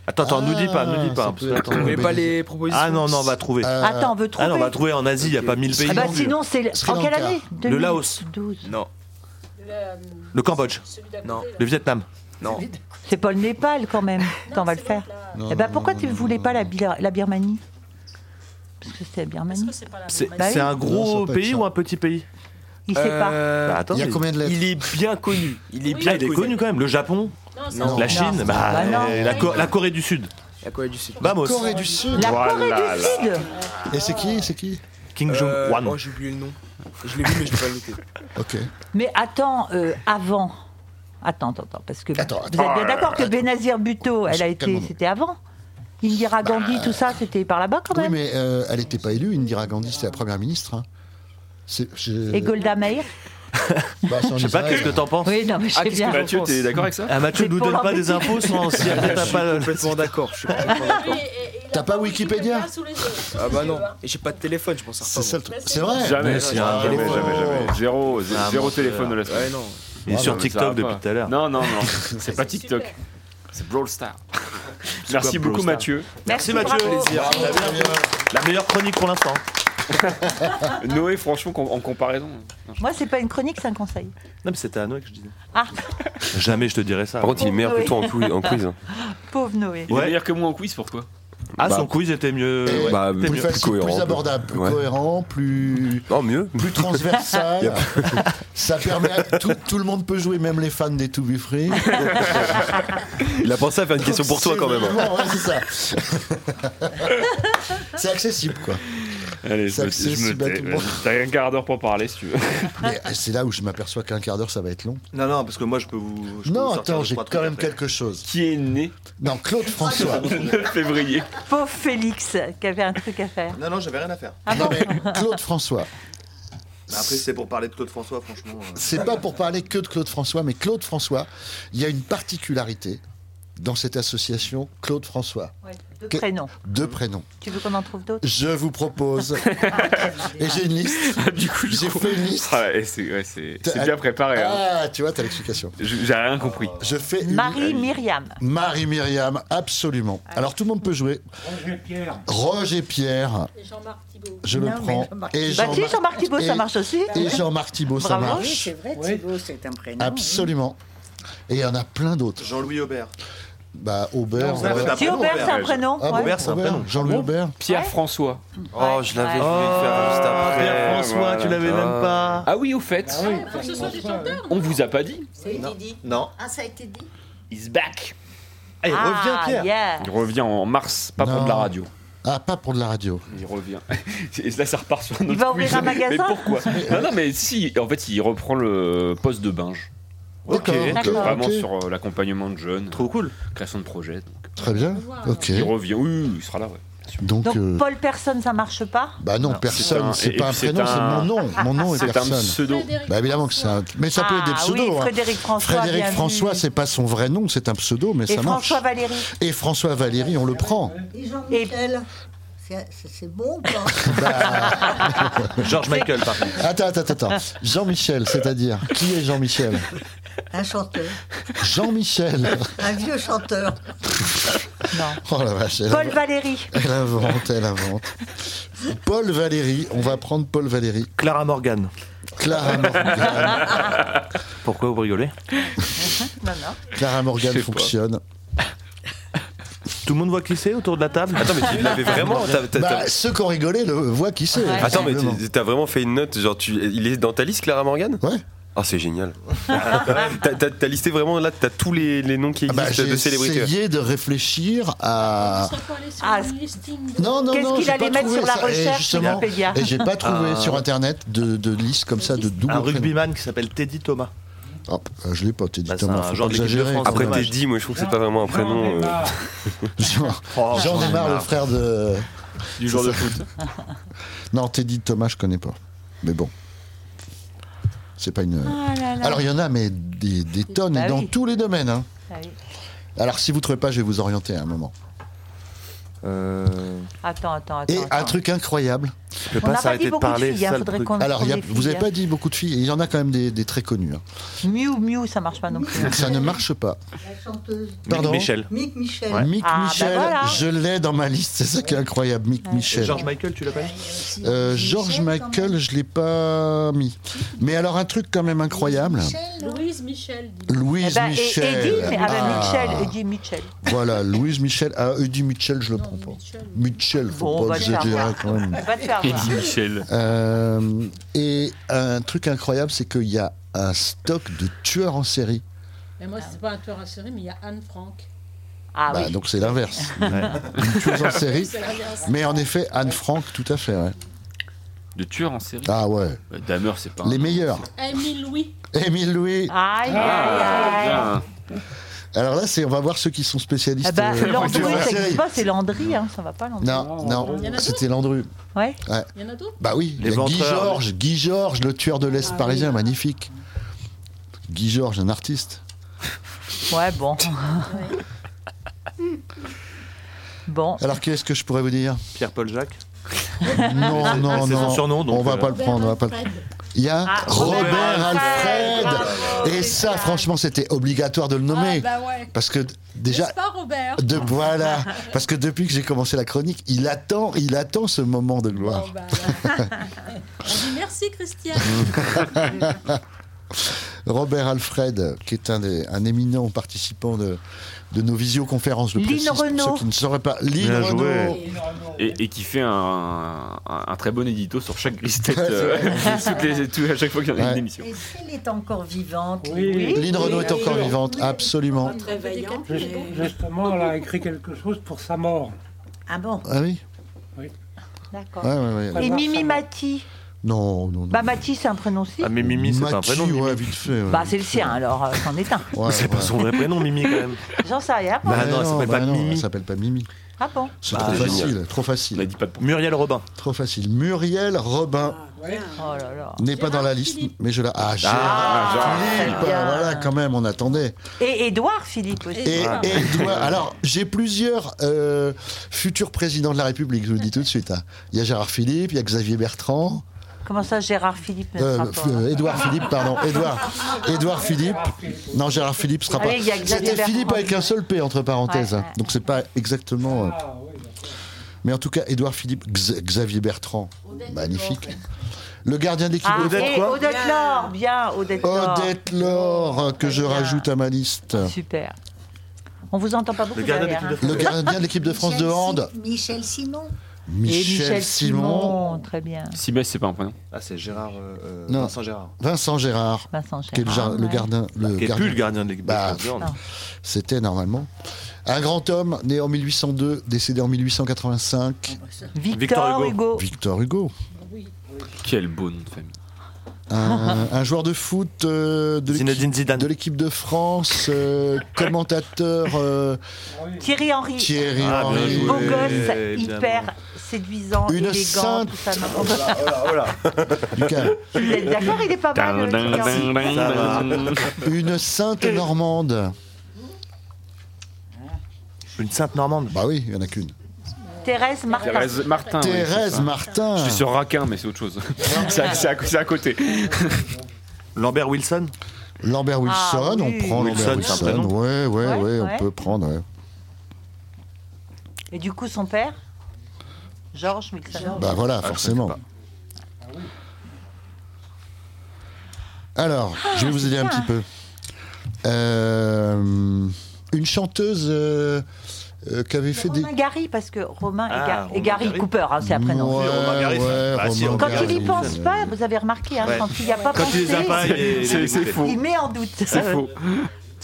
Speaker 5: Attends, attends, nous dis
Speaker 4: Ah,
Speaker 5: pas, nous dis pas. parce que attends,
Speaker 13: Vous voulez
Speaker 5: on
Speaker 13: pas
Speaker 5: va-
Speaker 13: les propositions
Speaker 5: Ah non, non, on va trouver.
Speaker 14: Euh, Attends, on veut
Speaker 5: Ah non, on
Speaker 14: trouver.
Speaker 5: va trouver en Asie, il n'y a pas 1000 pays.
Speaker 14: Ah bah
Speaker 5: non plus.
Speaker 14: sinon, c'est.
Speaker 5: Sri
Speaker 14: En quelle
Speaker 5: Lanka.
Speaker 14: année
Speaker 5: Le Laos.
Speaker 14: 2012.
Speaker 5: Non. Le Cambodge.
Speaker 13: Non.
Speaker 5: Le Vietnam.
Speaker 13: Non.
Speaker 14: Bah C'est pas le Népal quand même. Attends, on va le faire.
Speaker 4: Non,
Speaker 14: Eh ben,
Speaker 4: non,
Speaker 14: pourquoi
Speaker 4: non,
Speaker 14: tu ne
Speaker 4: non,
Speaker 14: voulais pas la, Bir- la Birmanie Parce que c'est la Birmanie.
Speaker 5: C'est
Speaker 14: Bah
Speaker 5: c'est
Speaker 14: oui.
Speaker 5: un gros pays ou un petit pays
Speaker 14: Il sait pas.
Speaker 5: Bah, attends, mais Il est bien connu. Il est
Speaker 14: Oui.
Speaker 5: bien
Speaker 14: Ah, il est
Speaker 5: connu.
Speaker 14: connu
Speaker 5: quand même. Le Japon
Speaker 14: Non, ça Non.
Speaker 5: La
Speaker 14: va.
Speaker 5: Chine
Speaker 14: Non.
Speaker 5: Bah,
Speaker 14: Bah, non.
Speaker 5: euh, la, Co- la Corée du Sud.
Speaker 13: La Corée du Sud.
Speaker 5: Vamos.
Speaker 4: Corée du Sud.
Speaker 14: La Corée
Speaker 5: Voilà,
Speaker 14: du
Speaker 5: là.
Speaker 14: Sud
Speaker 4: Et c'est qui C'est qui
Speaker 5: Kim Jong-un.
Speaker 13: Oh, j'ai oublié le nom. Je l'ai vu, mais je l'ai
Speaker 5: (laughs)
Speaker 13: pas noté.
Speaker 4: Ok.
Speaker 14: Ah,
Speaker 2: Ah,
Speaker 14: Mais attends, euh, avant. Attends, attends, attends, parce que vous êtes
Speaker 13: Oh
Speaker 14: bien
Speaker 13: là
Speaker 14: d'accord
Speaker 13: là,
Speaker 14: que Benazir Bhutto, elle a été,
Speaker 4: calmons-nous. Bah,
Speaker 14: c'était avant. Indira Gandhi, tout ça, c'était par là-bas quand
Speaker 4: Oui,
Speaker 14: même.
Speaker 4: mais euh, elle n'était pas élue, Indira Gandhi, c'était la première ministre. hein. C'est- je-
Speaker 14: Et Golda Meir.
Speaker 4: Bah, c'est en
Speaker 5: Je sais pas,
Speaker 4: Israël.
Speaker 5: qu'est-ce que t'en penses
Speaker 14: Oui, non, mais je sais bien.
Speaker 5: Ah, Mathieu
Speaker 14: C'est
Speaker 5: nous
Speaker 14: pour
Speaker 5: donne pas
Speaker 14: l'embêter.
Speaker 5: des
Speaker 14: (laughs)
Speaker 5: infos
Speaker 13: (laughs)
Speaker 5: sans si après t'as pas. euh,
Speaker 13: complètement d'accord. je suis complètement d'accord.
Speaker 4: T'as pas Wikipédia
Speaker 13: Ah bah non. Et j'ai pas de téléphone, je pense.
Speaker 4: C'est ça le truc. C'est vrai
Speaker 2: Jamais,
Speaker 4: Mais
Speaker 2: jamais,
Speaker 4: c'est
Speaker 5: hein.
Speaker 4: un
Speaker 2: jamais,
Speaker 4: téléphone.
Speaker 2: jamais,
Speaker 13: Oh.
Speaker 2: jamais. Zéro, zé-
Speaker 5: Ah,
Speaker 2: zéro
Speaker 5: mon
Speaker 2: téléphone
Speaker 5: frère.
Speaker 2: de la semaine.
Speaker 5: Ouais, non. Il est
Speaker 2: Ah,
Speaker 5: sur
Speaker 2: non, mais
Speaker 5: TikTok
Speaker 2: ça va
Speaker 5: depuis
Speaker 2: pas.
Speaker 5: tout à l'heure.
Speaker 2: Non, non, non, c'est pas TikTok. C'est Brawl Star.
Speaker 5: C'est
Speaker 2: Merci
Speaker 5: quoi, Brawl
Speaker 2: beaucoup,
Speaker 5: Star
Speaker 2: Mathieu.
Speaker 5: Merci, Mathieu. Bravo, Mathieu. La meilleure chronique pour l'instant.
Speaker 2: (laughs) Noé, franchement, com- en comparaison.
Speaker 14: Moi, c'est pas une chronique, c'est un conseil.
Speaker 5: Non, mais c'était à Noé que je disais.
Speaker 14: Ah.
Speaker 5: Jamais je te dirais ça.
Speaker 3: Par contre, il est meilleur que toi en quiz. En quiz.
Speaker 14: (laughs) Pauvre Noé.
Speaker 2: Il est meilleur que moi en quiz, pourquoi
Speaker 5: Ah,
Speaker 3: Bah,
Speaker 5: son quiz était mieux.
Speaker 4: Et
Speaker 5: ouais,
Speaker 3: bah,
Speaker 5: était
Speaker 4: plus
Speaker 5: mieux.
Speaker 4: facile, plus abordable, plus
Speaker 3: Ouais.
Speaker 4: cohérent, plus,
Speaker 3: Non, mieux.
Speaker 4: plus
Speaker 3: Y
Speaker 5: (laughs)
Speaker 4: transversal.
Speaker 3: a
Speaker 4: ça permet à tout, tout le monde peut jouer, même les fans des To Be Free.
Speaker 3: Il a pensé à faire une question pour toi quand même. hein.
Speaker 4: Vraiment, ouais, c'est ça. c'est accessible, quoi.
Speaker 2: Allez, je
Speaker 4: Ça,
Speaker 2: me,
Speaker 4: c'est
Speaker 2: je
Speaker 4: si
Speaker 2: me tais.
Speaker 4: bêtement.
Speaker 2: T'as un quart d'heure pour parler, si tu veux.
Speaker 4: Mais c'est là où je m'aperçois qu'un quart d'heure, ça va être long.
Speaker 5: Non, non, parce que moi je peux vous. je peux
Speaker 4: non,
Speaker 5: vous sortir
Speaker 4: attends,
Speaker 5: deux,
Speaker 4: j'ai
Speaker 5: trois
Speaker 4: quand
Speaker 5: trucs
Speaker 4: même
Speaker 5: après.
Speaker 4: quelque chose.
Speaker 2: Qui est né
Speaker 4: Non, Claude François.
Speaker 2: (laughs) Le février.
Speaker 14: Pauvre Félix, qui avait un truc à faire.
Speaker 5: Non, non, j'avais rien à faire.
Speaker 4: Non, mais Claude François.
Speaker 5: Mais Après, c'est pour parler de Claude François, franchement. euh.
Speaker 4: C'est pas pour parler que de Claude François, mais Claude François, il y a une particularité dans cette association Claude François.
Speaker 14: Deux
Speaker 4: Que-
Speaker 14: prénoms.
Speaker 4: Deux prénoms.
Speaker 14: Tu veux qu'on en trouve d'autres
Speaker 4: Je
Speaker 14: (laughs)
Speaker 4: vous propose. Et j'ai une liste.
Speaker 2: Ah, du coup,
Speaker 4: j'ai fait une liste.
Speaker 2: Ah, et c'est ouais, c'est- c'est bien préparé. hein.
Speaker 4: Ah, tu vois, t'as l'explication.
Speaker 2: Je- J'ai rien compris.
Speaker 4: Je fais une-
Speaker 14: Marie Ah. Myriam.
Speaker 4: Marie-Myriam, absolument. Alors tout le monde peut jouer.
Speaker 11: Roger Pierre.
Speaker 4: Roger Pierre,
Speaker 7: Jean-Marc Thibault.
Speaker 4: je le prends. Et
Speaker 14: Bah si, Jean-Marc Thibault, ça
Speaker 4: et-
Speaker 14: marche aussi.
Speaker 4: Et Jean-Marc Thibault, ça
Speaker 14: Bravo.
Speaker 4: marche.
Speaker 14: Oui,
Speaker 17: C'est vrai, Thibaut, c'est un prénom.
Speaker 4: Absolument. Et il y en a plein d'autres.
Speaker 5: Jean-Louis Aubert.
Speaker 4: Bah, Aubert.
Speaker 5: Non, ça, c'est un Si, prénom, Aubert, Aubert. c'est un prénom,
Speaker 4: Ah bon,
Speaker 5: Aubert, c'est un prénom.
Speaker 4: Jean-Louis Aubert.
Speaker 2: Pierre-François.
Speaker 5: Oh, je l'avais
Speaker 2: Ouais.
Speaker 5: voulu faire juste après.
Speaker 2: Pierre
Speaker 5: Oh, François, tu l'avais même pas.
Speaker 2: Ah oui, au fait,
Speaker 7: Faut que ce soit du chanteur.
Speaker 2: on vous a pas dit.
Speaker 17: Ça a été dit
Speaker 5: Non.
Speaker 17: Ah, ça a été dit
Speaker 2: He's back.
Speaker 5: Ah, il revient,
Speaker 14: Ah,
Speaker 5: Pierre.
Speaker 14: yeah.
Speaker 2: Il revient en mars, pas pour
Speaker 4: Non.
Speaker 2: de la radio.
Speaker 4: Ah, pas pour de la radio.
Speaker 2: Il revient. (laughs) Et là, ça repart sur un autre
Speaker 14: Il va
Speaker 2: quiz.
Speaker 14: ouvrir un magasin
Speaker 2: Mais
Speaker 4: (laughs)
Speaker 2: pourquoi Non,
Speaker 4: euh,
Speaker 2: non, mais si, en fait, il reprend le poste de binge.
Speaker 4: Ok.
Speaker 14: D'accord.
Speaker 2: Vraiment
Speaker 4: ok.
Speaker 2: sur euh, l'accompagnement de jeunes.
Speaker 5: Trop cool.
Speaker 2: Création de projet. donc.
Speaker 4: Très bien. Ok.
Speaker 2: Il revient. Oui, oui, il sera là, ouais.
Speaker 4: Donc,
Speaker 14: Donc
Speaker 4: euh,
Speaker 14: Paul Personne, ça marche pas
Speaker 4: bah non,
Speaker 2: c'est un-
Speaker 4: personne. C'est
Speaker 2: et
Speaker 4: pas un
Speaker 2: puis c'est
Speaker 4: prénom, c'est
Speaker 2: un-
Speaker 4: mon nom. Mon nom est
Speaker 2: c'est un
Speaker 4: personne.
Speaker 2: pseudo.
Speaker 4: Bah évidemment que c'est un. Mais ça peut être des
Speaker 14: Ah
Speaker 4: pseudos.
Speaker 14: oui,
Speaker 4: hein.
Speaker 14: Frédéric François,
Speaker 4: Frédéric
Speaker 14: bien vu.
Speaker 4: François, c'est pas son vrai nom, c'est un pseudo, mais
Speaker 14: Et
Speaker 4: ça marche.
Speaker 14: François Valéry.
Speaker 4: Et François Valéry, on le prend.
Speaker 6: Et Jean-Michel, c'est- c'est c'est bon ou
Speaker 4: (laughs)
Speaker 6: pas
Speaker 5: (laughs) George Michael, par contre.
Speaker 4: Attends, attends, attends. Jean-Michel, c'est-à-dire qui est Jean-Michel
Speaker 6: Un chanteur,
Speaker 4: Jean-Michel.
Speaker 6: un vieux chanteur.
Speaker 4: Oh la vache. elle
Speaker 14: Paul
Speaker 4: a-
Speaker 14: Valéry.
Speaker 4: Elle invente, elle invente. Paul Valéry, on va prendre Paul Valéry.
Speaker 5: Clara Morgan.
Speaker 4: Clara (laughs) Morgan.
Speaker 5: Pourquoi vous rigolez
Speaker 14: (laughs) Non, non.
Speaker 4: Clara
Speaker 2: Je
Speaker 4: Morgan
Speaker 2: sais pas.
Speaker 4: fonctionne.
Speaker 5: Tout le monde voit qui c'est autour de la table
Speaker 3: Attends, mais tu l'avais vraiment. t'as- t'as-
Speaker 4: Bah,
Speaker 3: t'as-
Speaker 4: ceux qui ont rigolé le voient qui c'est.
Speaker 3: Attends, mais
Speaker 4: visiblement.
Speaker 3: tu- t'as vraiment fait une note. Genre, tu, il est dans ta liste, Clara Morgan
Speaker 4: Ouais.
Speaker 3: Ah, c'est
Speaker 4: (laughs)
Speaker 3: génial. T'as- t'as t'as listé vraiment là, t'as tous les, les noms qui
Speaker 4: Ah bah,
Speaker 3: existent
Speaker 4: J'ai
Speaker 3: de célébrités.
Speaker 4: essayé de réfléchir à.
Speaker 7: Ça faut aller sur
Speaker 14: Ah,
Speaker 7: le listing. de-
Speaker 4: Non, non,
Speaker 14: Qu'est-ce
Speaker 4: non.
Speaker 14: qu'il
Speaker 4: j'ai
Speaker 14: allait
Speaker 4: pas
Speaker 14: mettre
Speaker 4: trouvé
Speaker 14: sur la
Speaker 4: ça. Et
Speaker 14: recherche
Speaker 4: justement-
Speaker 14: Wikipédia
Speaker 4: Et j'ai pas trouvé
Speaker 2: Ah.
Speaker 5: Euh,
Speaker 4: sur internet de, de liste comme ça de double.
Speaker 5: Un
Speaker 4: prénom.
Speaker 5: rugbyman qui s'appelle Teddy Thomas.
Speaker 4: Hop, euh, je l'ai pas, Teddy
Speaker 5: Bah, c'est
Speaker 4: Thomas.
Speaker 5: un
Speaker 4: Faut
Speaker 5: genre
Speaker 4: pas
Speaker 5: de l'équipe de
Speaker 4: exagérer.
Speaker 5: France,
Speaker 4: quand
Speaker 3: Après,
Speaker 4: même.
Speaker 5: dommage.
Speaker 3: Teddy, moi je trouve que c'est pas vraiment un prénom. euh,
Speaker 4: (laughs) Jean,
Speaker 5: Oh,
Speaker 4: Jean Neymar, le
Speaker 5: Neymar.
Speaker 4: frère de.
Speaker 2: Du joueur de foot.
Speaker 4: Non, Teddy Thomas, je connais pas. Mais bon. C'est pas une.
Speaker 14: Ah là là.
Speaker 4: Alors, il y en a, mais des, des tonnes,
Speaker 14: Bah
Speaker 4: et dans
Speaker 14: oui.
Speaker 4: tous les domaines. hein.
Speaker 14: Ah oui.
Speaker 4: Alors, si vous trouvez pas, je vais vous orienter à un moment.
Speaker 5: Euh,
Speaker 14: Attends, attends, attends.
Speaker 4: Et un
Speaker 14: attends.
Speaker 4: truc incroyable.
Speaker 5: je peux
Speaker 14: On n'a
Speaker 5: pas
Speaker 14: pas dit
Speaker 5: s'arrêter de
Speaker 14: beaucoup de
Speaker 5: parler.
Speaker 14: filles, hein,
Speaker 5: ça, le
Speaker 14: faudrait
Speaker 5: truc.
Speaker 14: qu'on-
Speaker 4: Alors, il y a-
Speaker 14: des filles,
Speaker 4: vous avez
Speaker 14: hein.
Speaker 4: pas dit beaucoup de filles, et il y en a quand même des, des très connus. hein.
Speaker 14: Miou, miou, ça marche pas non plus.
Speaker 4: Ça ne marche pas.
Speaker 6: La chanteuse.
Speaker 4: Pardon
Speaker 5: Michel.
Speaker 6: Mick Michel.
Speaker 4: Mick
Speaker 14: Ah, bah
Speaker 4: Michel,
Speaker 14: voilà.
Speaker 4: je l'ai dans ma liste, c'est ça qui est incroyable, Mick Michel.
Speaker 5: George Michael, tu l'appelles
Speaker 4: Euh, George Michael, je l'ai pas mis. Mais alors un truc quand même incroyable.
Speaker 7: Louise Michel. dit.
Speaker 4: Louise
Speaker 14: Eh ben, et-
Speaker 4: Michel.
Speaker 14: Eddie, mais- ah ben,
Speaker 4: Ah.
Speaker 14: Michel, Eh Eddie Mitchell.
Speaker 4: Voilà, Louise Michel. Ah, Eddie Mitchell, je le prends pas. Michel, faut
Speaker 14: Bon, on
Speaker 4: pas
Speaker 14: va te faire
Speaker 4: exagérer
Speaker 14: voir.
Speaker 4: quand même. Euh,
Speaker 14: On va te faire voir. Eddie
Speaker 2: Michel.
Speaker 4: et un truc incroyable, c'est qu'il y a un stock de tueurs en série.
Speaker 7: Mais moi, c'est pas un tueur à série, mais il y a Anne Frank.
Speaker 14: Ah
Speaker 4: Bah, Donc c'est l'inverse. (laughs) Une tueuse en série.
Speaker 7: C'est l'inverse.
Speaker 4: Mais en effet, Anne Frank, tout à fait. ouais.
Speaker 2: De tueur en série
Speaker 4: Ah ouais.
Speaker 2: Bah, Dahmer, c'est pas. un-
Speaker 4: Les meilleurs.
Speaker 7: Émile
Speaker 4: (laughs)
Speaker 7: Louis.
Speaker 4: Émile Louis.
Speaker 14: Aïe, aïe, aïe.
Speaker 2: Ah,
Speaker 4: Alors là, c'est on va voir ceux qui sont spécialistes.
Speaker 14: Eh ben,
Speaker 4: euh,
Speaker 14: Landru,
Speaker 4: tueurs en
Speaker 14: ça
Speaker 4: série.
Speaker 14: existe pas, c'est Landry, hein, ça va pas, Landry.
Speaker 4: Non, non,
Speaker 14: Il y en a
Speaker 4: c'était Landru.
Speaker 14: Ouais.
Speaker 4: Ouais.
Speaker 7: Il y en a d'autres
Speaker 4: Bah oui,
Speaker 5: Les
Speaker 4: il y a Guy
Speaker 5: ventreurs.
Speaker 4: Georges, Guy Georges, le tueur de
Speaker 14: Ah
Speaker 4: l'Est parisien, magnifique. Guy Georges, un artiste.
Speaker 14: Ouais,
Speaker 4: (laughs)
Speaker 14: bon. Bon.
Speaker 4: Alors qu'est-ce que je pourrais vous dire
Speaker 5: Pierre-Paul Jacques Ah,
Speaker 4: Non, non,
Speaker 5: C'est son
Speaker 4: non.
Speaker 5: surnom, donc,
Speaker 4: on va
Speaker 5: euh,
Speaker 4: pas le prendre, on va pas le- Il y a
Speaker 7: Ah,
Speaker 4: Robert, Alfred. Et ça, franchement, c'était obligatoire de le nommer.
Speaker 7: bah Ah, bah ouais.
Speaker 4: Parce que déjà,
Speaker 7: N'est-ce pas, Robert
Speaker 4: de voilà, parce que depuis que j'ai commencé la chronique, il attend, il attend ce moment de gloire.
Speaker 7: bah, Oh, On dit merci,
Speaker 4: (laughs)
Speaker 7: Christian. bah.
Speaker 4: Robert Alfred, qui est un, des- un éminent participant de, de nos visioconférences, le
Speaker 14: Lynn
Speaker 4: précise, pour
Speaker 14: Renaud.
Speaker 4: ceux qui ne sauraient pas. Lynn
Speaker 2: Bien
Speaker 4: Renaud.
Speaker 2: joué. Et, et qui fait un, un, un très bon édito sur chaque listette
Speaker 4: Ouais, c'est
Speaker 2: euh,
Speaker 4: vrai.
Speaker 2: (laughs) toutes les- tout- à chaque fois qu'il y en a une émission.
Speaker 6: Et
Speaker 14: si elle est encore vivante
Speaker 4: Lynn Renaud est encore vivante, absolument.
Speaker 11: Juste- Justement, elle a écrit quelque chose pour sa mort.
Speaker 14: Ah bon
Speaker 4: Ah oui
Speaker 11: Oui.
Speaker 14: D'accord.
Speaker 4: Ouais, ouais, ouais.
Speaker 14: Et Mimi Mati
Speaker 4: Non, non, non.
Speaker 14: Bah, Mati, c'est un prénom si
Speaker 5: Ah, mais Mimi, c'est pas un
Speaker 4: Mathieu,
Speaker 5: prénom. Mimi.
Speaker 4: ouais, vite fait. ouais.
Speaker 14: Bah, c'est le sien, alors, euh, c'en est un.
Speaker 4: Ouais,
Speaker 5: c'est pas
Speaker 4: ouais.
Speaker 5: son vrai prénom, Mimi, quand même.
Speaker 14: J'en sais rien. moi.
Speaker 5: Bah non, elle s'appelle
Speaker 4: bah
Speaker 5: pas
Speaker 4: non,
Speaker 5: Mimi.
Speaker 4: Elle s'appelle pas Mimi.
Speaker 14: hein, Ah bon
Speaker 4: C'est
Speaker 5: Bah,
Speaker 4: trop
Speaker 5: génial. Bah,
Speaker 4: facile, trop facile.
Speaker 2: dit pas de
Speaker 5: Muriel Robin.
Speaker 4: Trop facile. Muriel Robin
Speaker 14: Oh là là.
Speaker 4: n'est pas dans la liste, mais je la. Ah, Gérard
Speaker 5: Ah,
Speaker 4: Philippe,
Speaker 14: très bien.
Speaker 4: Voilà, quand même, on attendait.
Speaker 14: Et Édouard Philippe aussi.
Speaker 4: Et, et doit- alors, j'ai plusieurs euh, futurs présidents de la République, je vous le dis tout de suite. hein. Il y a Gérard Philippe, il y a Xavier Bertrand,
Speaker 14: Comment ça, Gérard Philippe ne
Speaker 4: euh,
Speaker 14: sera pas
Speaker 4: euh, Édouard Philippe, pardon, Édouard, Édouard Philippe. Non, Gérard Philippe sera pas.
Speaker 14: Allez, il y a Xavier
Speaker 4: C'était
Speaker 14: Bertrand.
Speaker 4: Philippe avec un seul P entre parenthèses,
Speaker 14: Ouais,
Speaker 4: hein. donc c'est pas exactement. euh, Mais en tout cas, Édouard Philippe, X- Xavier Bertrand, magnifique. Le gardien d'équipe.
Speaker 14: Ah, et Odette Laure, bien, Odette Laure.
Speaker 4: Odette Laure, que je rajoute à ma liste.
Speaker 14: Super. On vous entend pas beaucoup
Speaker 4: Le gardien
Speaker 14: derrière,
Speaker 4: de
Speaker 14: hein.
Speaker 4: l'équipe de France. Le gardien de l'équipe de France de hand.
Speaker 6: Michel Simon.
Speaker 4: Michel,
Speaker 14: et Michel
Speaker 4: Simon.
Speaker 14: Simon. Très bien.
Speaker 2: Sibès, c'est pas un prénom.
Speaker 5: Ah, c'est Gérard. euh, euh,
Speaker 4: Non.
Speaker 5: Vincent Gérard.
Speaker 4: Vincent Gérard.
Speaker 14: Vincent Gérard, Ah,
Speaker 4: Qui est le, jar- le
Speaker 14: ouais.
Speaker 4: gardien. Le
Speaker 5: Qui est plus le gardien de l'équipe de
Speaker 4: Bah,
Speaker 5: France de hand.
Speaker 14: Non.
Speaker 4: C'était normalement. Un grand homme, né en 1802, décédé en
Speaker 14: Ah,
Speaker 4: 1885.
Speaker 14: Victor,
Speaker 5: Victor Hugo.
Speaker 14: Hugo.
Speaker 4: Victor Hugo.
Speaker 14: Ah
Speaker 2: Quel beau nom de famille.
Speaker 4: Un, un joueur de foot euh, de l'équipe-
Speaker 5: Zinedine Zidane.
Speaker 4: de l'équipe de France,
Speaker 14: (laughs)
Speaker 4: euh, commentateur euh,
Speaker 14: Thierry Henry.
Speaker 4: Thierry
Speaker 5: Ah, bien
Speaker 4: Henry.
Speaker 5: joué.
Speaker 14: Beau gosse,
Speaker 5: bien
Speaker 14: hyper séduisant,
Speaker 4: Une
Speaker 14: élégant,
Speaker 4: sainte.
Speaker 14: tout ça. non
Speaker 4: Lucas.
Speaker 14: (laughs) Vous êtes d'accord, il est pas mal. le Thierry Henry.
Speaker 4: Une sainte normande.
Speaker 5: Ah. Une sainte normande
Speaker 4: Bah oui, il n'y en a qu'une.
Speaker 14: Thérèse Martin.
Speaker 2: Thérèse Martin. oui, c'est
Speaker 4: Thérèse
Speaker 2: ça.
Speaker 4: Martin.
Speaker 2: Je suis sur Raquin, mais c'est autre chose. (laughs) c'est à, c'est à co- c'est
Speaker 4: (laughs)
Speaker 2: à côté.
Speaker 5: Lambert Wilson
Speaker 4: Lambert Wilson,
Speaker 14: Ah, oui.
Speaker 4: on prend Lambert
Speaker 5: Wilson, c'est un
Speaker 4: Wilson.
Speaker 5: prénom.
Speaker 4: Ouais, ouais, ouais,
Speaker 14: Ouais, ouais.
Speaker 4: on peut prendre. ouais.
Speaker 14: Et du coup, son père Georges Wilson.
Speaker 4: Bah voilà,
Speaker 5: Ah, je
Speaker 4: forcément.
Speaker 5: connais
Speaker 4: Alors, je vais vous aider un petit peu. Euh, une chanteuse euh, euh, qui avait fait des.
Speaker 14: Romain Gary, parce que Romain et,
Speaker 5: Ah,
Speaker 14: Gar- et
Speaker 5: Romain
Speaker 14: Gary
Speaker 5: Gary.
Speaker 14: Cooper, hein, c'est un prénom.
Speaker 4: Ouais,
Speaker 5: Romain Gary, ça.
Speaker 4: ouais,
Speaker 5: Bah, si,
Speaker 4: Romain
Speaker 14: Quand il n'y
Speaker 4: Gary.
Speaker 14: pense pas, vous avez remarqué, hein,
Speaker 5: Ouais.
Speaker 14: quand il n'y a pas
Speaker 5: Quand
Speaker 14: pensé,
Speaker 5: il les a pas, il est- il est
Speaker 2: C'est- c'est
Speaker 5: dégoûté.
Speaker 2: faux.
Speaker 14: il met en doute.
Speaker 2: C'est
Speaker 14: (laughs)
Speaker 2: faux.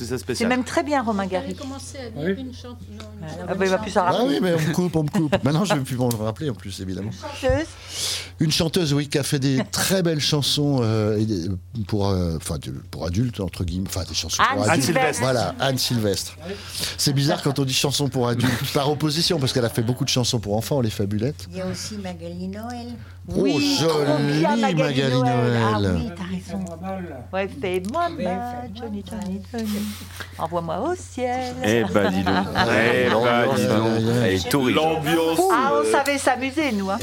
Speaker 5: C'est Ah, ça
Speaker 14: C'est
Speaker 5: spécial.
Speaker 14: même très bien, Romain Gary.
Speaker 7: J'avais commencé à dire une chante. Non, une chanteuse.
Speaker 14: Ah bah, il va plus s'en
Speaker 4: Ah oui,
Speaker 14: rappeler.
Speaker 4: mais on me coupe, on me coupe. (laughs) Maintenant, je ne vais plus me rappeler en plus, évidemment.
Speaker 14: Chanteuse.
Speaker 4: Une chanteuse, oui, qui a fait des très belles chansons euh, et des- pour, euh, enfin, de- pour adultes, entre guillemets. Enfin, des chansons
Speaker 14: Anne
Speaker 4: pour adultes.
Speaker 14: Sylvestre.
Speaker 4: Voilà, Anne Sylvestre. C'est bizarre quand on dit chansons pour adultes, par opposition, parce qu'elle a fait beaucoup de chansons pour enfants, les fabulettes.
Speaker 6: Il y a aussi Magali Noël.
Speaker 14: Oui,
Speaker 4: oh,
Speaker 14: trop
Speaker 4: jolie
Speaker 14: bien,
Speaker 4: Magali, Noël.
Speaker 14: Ah oui, t'as raison. Ouais, fais-moi mal, Johnny, Johnny, Johnny. Envoie-moi au ciel.
Speaker 2: Eh
Speaker 5: ben,
Speaker 2: bah
Speaker 14: (laughs)
Speaker 2: dis donc. Eh bah dis donc. Elle est horrible. L'ambiance.
Speaker 14: hein. Ah, on savait s'amuser, nous. Hein.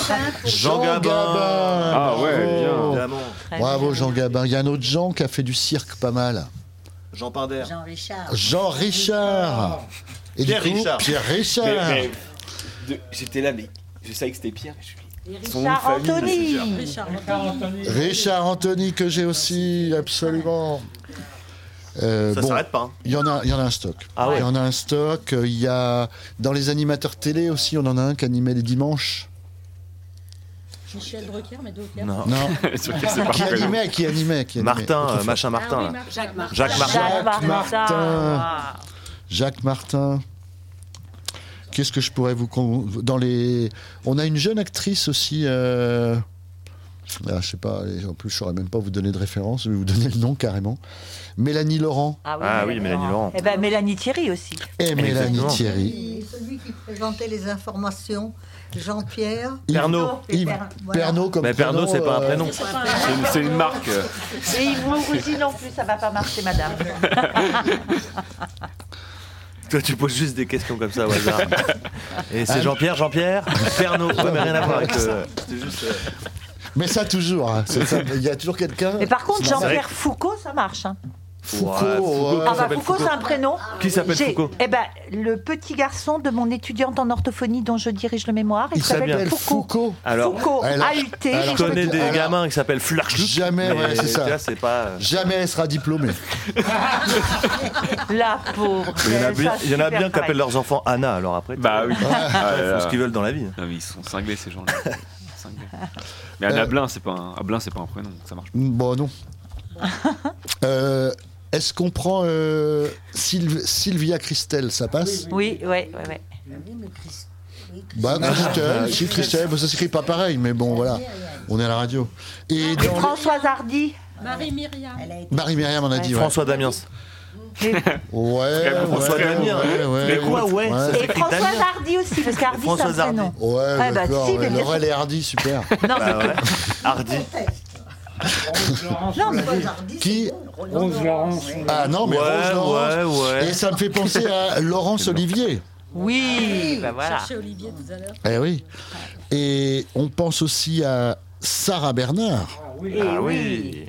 Speaker 5: (laughs)
Speaker 4: Jean Gabin.
Speaker 2: Ah ouais, bien.
Speaker 4: Bravo.
Speaker 5: Évidemment.
Speaker 4: Bravo Jean Gabin. Il y a un autre Jean qui a fait du cirque pas mal.
Speaker 5: Jean Pinder.
Speaker 6: Jean Richard.
Speaker 4: Jean Richard. Et
Speaker 5: Pierre
Speaker 4: du coup,
Speaker 5: Richard.
Speaker 4: Pierre Richard.
Speaker 2: Mais- mais, de- J'étais là, mais je savais que c'était Pierre. Je suis
Speaker 14: Richard Anthony.
Speaker 7: Richard Anthony.
Speaker 4: Richard Anthony que j'ai aussi, absolument. Euh,
Speaker 5: Ça
Speaker 4: bon,
Speaker 5: s'arrête pas, hein.
Speaker 4: Il y en a, il y en a un stock.
Speaker 5: Ah ouais.
Speaker 4: Il y en a un stock. euh, Il y a dans les animateurs télé aussi, on en a un qui animait les dimanches.
Speaker 7: Michel Drucker, mais Drucker.
Speaker 4: (laughs)
Speaker 2: (laughs)
Speaker 4: Non.
Speaker 5: pas
Speaker 4: qui
Speaker 5: prénom.
Speaker 4: animait, qui animait, qui animait.
Speaker 5: Martin,
Speaker 4: autrefois.
Speaker 5: euh, machin Martin, Ah oui, là. Martin. Jacques Martin.
Speaker 4: Jacques
Speaker 5: Jacques Martin. Jacques Martin.
Speaker 4: Martin. Jacques Martin. Qu'est-ce que je pourrais vous con- dans les On a une jeune actrice aussi. euh, ah, je sais pas. les- En plus, je saurais même pas vous donner de référence. Je vais vous donner le nom carrément. Mélanie Laurent.
Speaker 5: Ah
Speaker 14: Eh ben, Mélanie Thierry aussi.
Speaker 4: Et Eh, Mélanie Thierry.
Speaker 6: Et celui qui présentait les informations, Jean-Pierre.
Speaker 4: Pernod.
Speaker 6: Et
Speaker 4: Yves
Speaker 6: Per- voilà.
Speaker 4: Pernod comme
Speaker 2: Mais Pernod,
Speaker 4: prénom,
Speaker 2: c'est pas un
Speaker 4: euh,
Speaker 2: prénom. C'est une- C'est une, marque. euh.
Speaker 14: Et Yves Mourouzi non plus, ça va pas marcher, madame.
Speaker 5: Toi, tu poses juste des questions comme ça
Speaker 4: (laughs)
Speaker 5: au hasard. Et c'est
Speaker 4: Ah.
Speaker 5: Jean-Pierre, Jean-Pierre, Pernod. Ouais, mais rien à voir
Speaker 4: (laughs)
Speaker 5: avec. euh,
Speaker 14: ben,
Speaker 5: c'était juste, euh,
Speaker 4: Mais ça toujours. hein, c'est ça, Il y a toujours quelqu'un.
Speaker 14: Mais par contre,
Speaker 4: C'est normal.
Speaker 14: Jean-Pierre Foucault, ça marche. hein.
Speaker 4: Foucault.
Speaker 5: Ouais,
Speaker 4: Oh,
Speaker 5: Foucault,
Speaker 14: Ah
Speaker 5: qui
Speaker 14: bah
Speaker 5: s'appelle
Speaker 14: Foucault, c'est un prénom.
Speaker 5: Qui s'appelle
Speaker 14: J'ai-
Speaker 5: Foucault
Speaker 14: Eh ben, le petit garçon de mon étudiante en orthophonie dont je dirige le mémoire, il,
Speaker 5: Il
Speaker 14: s'appelle
Speaker 5: s'appelle
Speaker 14: Foucault.
Speaker 4: Foucault.
Speaker 5: Alors,
Speaker 14: Foucault, AUT.
Speaker 5: je connais des
Speaker 4: Alors-
Speaker 5: gamins qui s'appellent Flarchuk.
Speaker 4: Jamais, ouais, c'est ça.
Speaker 5: c'est pas. euh,
Speaker 4: Jamais elle sera diplômée.
Speaker 14: (laughs) La pauvre.
Speaker 5: Il y en a
Speaker 14: elle,
Speaker 5: bien,
Speaker 14: ça,
Speaker 5: il y en a
Speaker 14: super
Speaker 5: bien qui
Speaker 14: travail.
Speaker 5: appellent leurs enfants Anna, alors après.
Speaker 2: Bah oui.
Speaker 5: Ils font ce qu'ils veulent dans la vie.
Speaker 2: Non, mais Ah ils sont cinglés
Speaker 4: (laughs)
Speaker 2: ces gens-là. Cinglés. Mais Anna
Speaker 4: Euh.
Speaker 2: Blin, c'est pas un Ablin, c'est pas un prénom, ça marche.
Speaker 4: Mm, Bon,
Speaker 14: (laughs)
Speaker 4: non. Euh, Est-ce qu'on prend euh, Sylv- Sylvia Christel, ça passe
Speaker 14: Oui, oui, oui. Ouais.
Speaker 4: Bah, Christel, si Christel, bah, ça s'écrit pas pareil, mais bon, voilà. On est à la radio. Et
Speaker 14: Et
Speaker 4: dans
Speaker 14: Françoise Hardy.
Speaker 7: Marie-Myriam.
Speaker 4: Marie-Myriam en a dit, ouais.
Speaker 5: François Damiens.
Speaker 4: Ouais,
Speaker 5: François
Speaker 4: ouais,
Speaker 5: Damien,
Speaker 4: ouais,
Speaker 5: hein.
Speaker 4: ouais,
Speaker 5: Mais quoi, ouais, ça
Speaker 14: Et Françoise Hardy aussi, parce qu'Hardy, c'est un
Speaker 5: Françoise Hardy.
Speaker 14: prénom.
Speaker 4: Ouais,
Speaker 14: Ah, bah,
Speaker 4: d'accord.
Speaker 14: si,
Speaker 4: ouais,
Speaker 14: mais bien
Speaker 4: Laurel
Speaker 14: sûr.
Speaker 4: et Hardy, super.
Speaker 14: Non, (laughs)
Speaker 5: Bah ouais. Hardy.
Speaker 14: Non, mais-
Speaker 4: Qui
Speaker 11: Rose Laurence.
Speaker 4: Ah non, mais
Speaker 5: Ouais,
Speaker 4: Rose Laurence.
Speaker 5: ouais, ouais.
Speaker 4: Et ça me fait penser
Speaker 5: (laughs)
Speaker 4: à Laurence Olivier.
Speaker 14: Oui, bah voilà.
Speaker 7: Chez Ah Olivier tout à l'heure.
Speaker 4: Eh oui. Et on pense aussi à Sarah Bernard.
Speaker 5: Ah oui.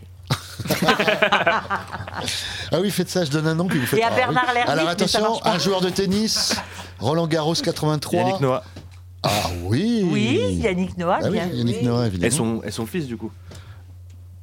Speaker 4: Ah oui, faites ça, je donne un nom, puis vous faites
Speaker 14: Et à
Speaker 4: ah, oui.
Speaker 14: Bernard Lermite,
Speaker 4: Alors
Speaker 14: mais ça
Speaker 4: attention,
Speaker 14: marche pas.
Speaker 4: un joueur
Speaker 14: (laughs)
Speaker 4: de tennis, Roland Garros 83.
Speaker 5: Yannick Noah.
Speaker 4: Ah oui.
Speaker 14: Oui, Yannick Noah,
Speaker 4: Ah oui,
Speaker 14: bien
Speaker 4: Yannick
Speaker 14: joué.
Speaker 4: Noah,
Speaker 5: Et
Speaker 4: évidemment.
Speaker 5: son, et son fils, du coup.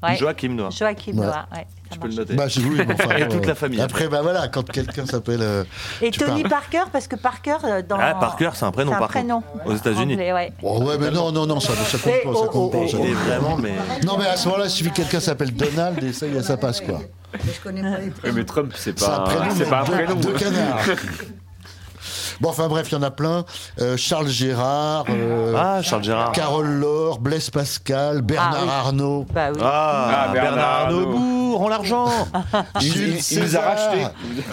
Speaker 14: Ouais.
Speaker 5: Joachim Noah.
Speaker 14: Joachim
Speaker 4: Ouais.
Speaker 14: Noah, ouais, ça
Speaker 5: Je peux le
Speaker 14: marche.
Speaker 5: noter.
Speaker 4: Bah, je- oui, mais enfin,
Speaker 5: et
Speaker 4: euh,
Speaker 5: toute la famille.
Speaker 4: Après, bah voilà, quand quelqu'un s'appelle. euh,
Speaker 14: Et
Speaker 4: tu
Speaker 14: Tony
Speaker 4: parles.
Speaker 14: Parker, parce que Parker, euh, dans.
Speaker 5: Ah, Parker, c'est un prénom,
Speaker 14: C'est un
Speaker 5: par
Speaker 14: prénom.
Speaker 5: contre. Aux États-Unis.
Speaker 14: Anglais, ouais.
Speaker 4: Oh, ouais, mais non, non, non, ça, ça compte
Speaker 14: Eh,
Speaker 4: pas, ça
Speaker 14: oh, oh,
Speaker 4: compte pas. ça
Speaker 5: Il
Speaker 4: compte
Speaker 5: est
Speaker 4: pas.
Speaker 5: vraiment, mais.
Speaker 4: Non, mais à ce moment-là, il suffit que quelqu'un s'appelle Donald et ça, y est, ça passe, quoi.
Speaker 6: Mais je connais pas les
Speaker 2: Ouais, Euh, mais Trump, c'est
Speaker 4: C'est un
Speaker 2: pas
Speaker 4: prénom,
Speaker 2: un- c'est pas un
Speaker 4: de-
Speaker 2: prénom.
Speaker 4: de
Speaker 2: hein.
Speaker 4: canard. Bon, enfin bref, il y en a plein. Euh, Charles Gérard, euh,
Speaker 5: Ah, Charles Gérard.
Speaker 4: Carole Laure, Blaise Pascal, Bernard
Speaker 14: Ah, oui.
Speaker 4: Arnault.
Speaker 14: Bah oui.
Speaker 5: Ah,
Speaker 2: Ah, Bernard
Speaker 5: Bernard Arnault.
Speaker 2: Arnault.
Speaker 5: Bourg, rends l'argent.
Speaker 4: Jules César,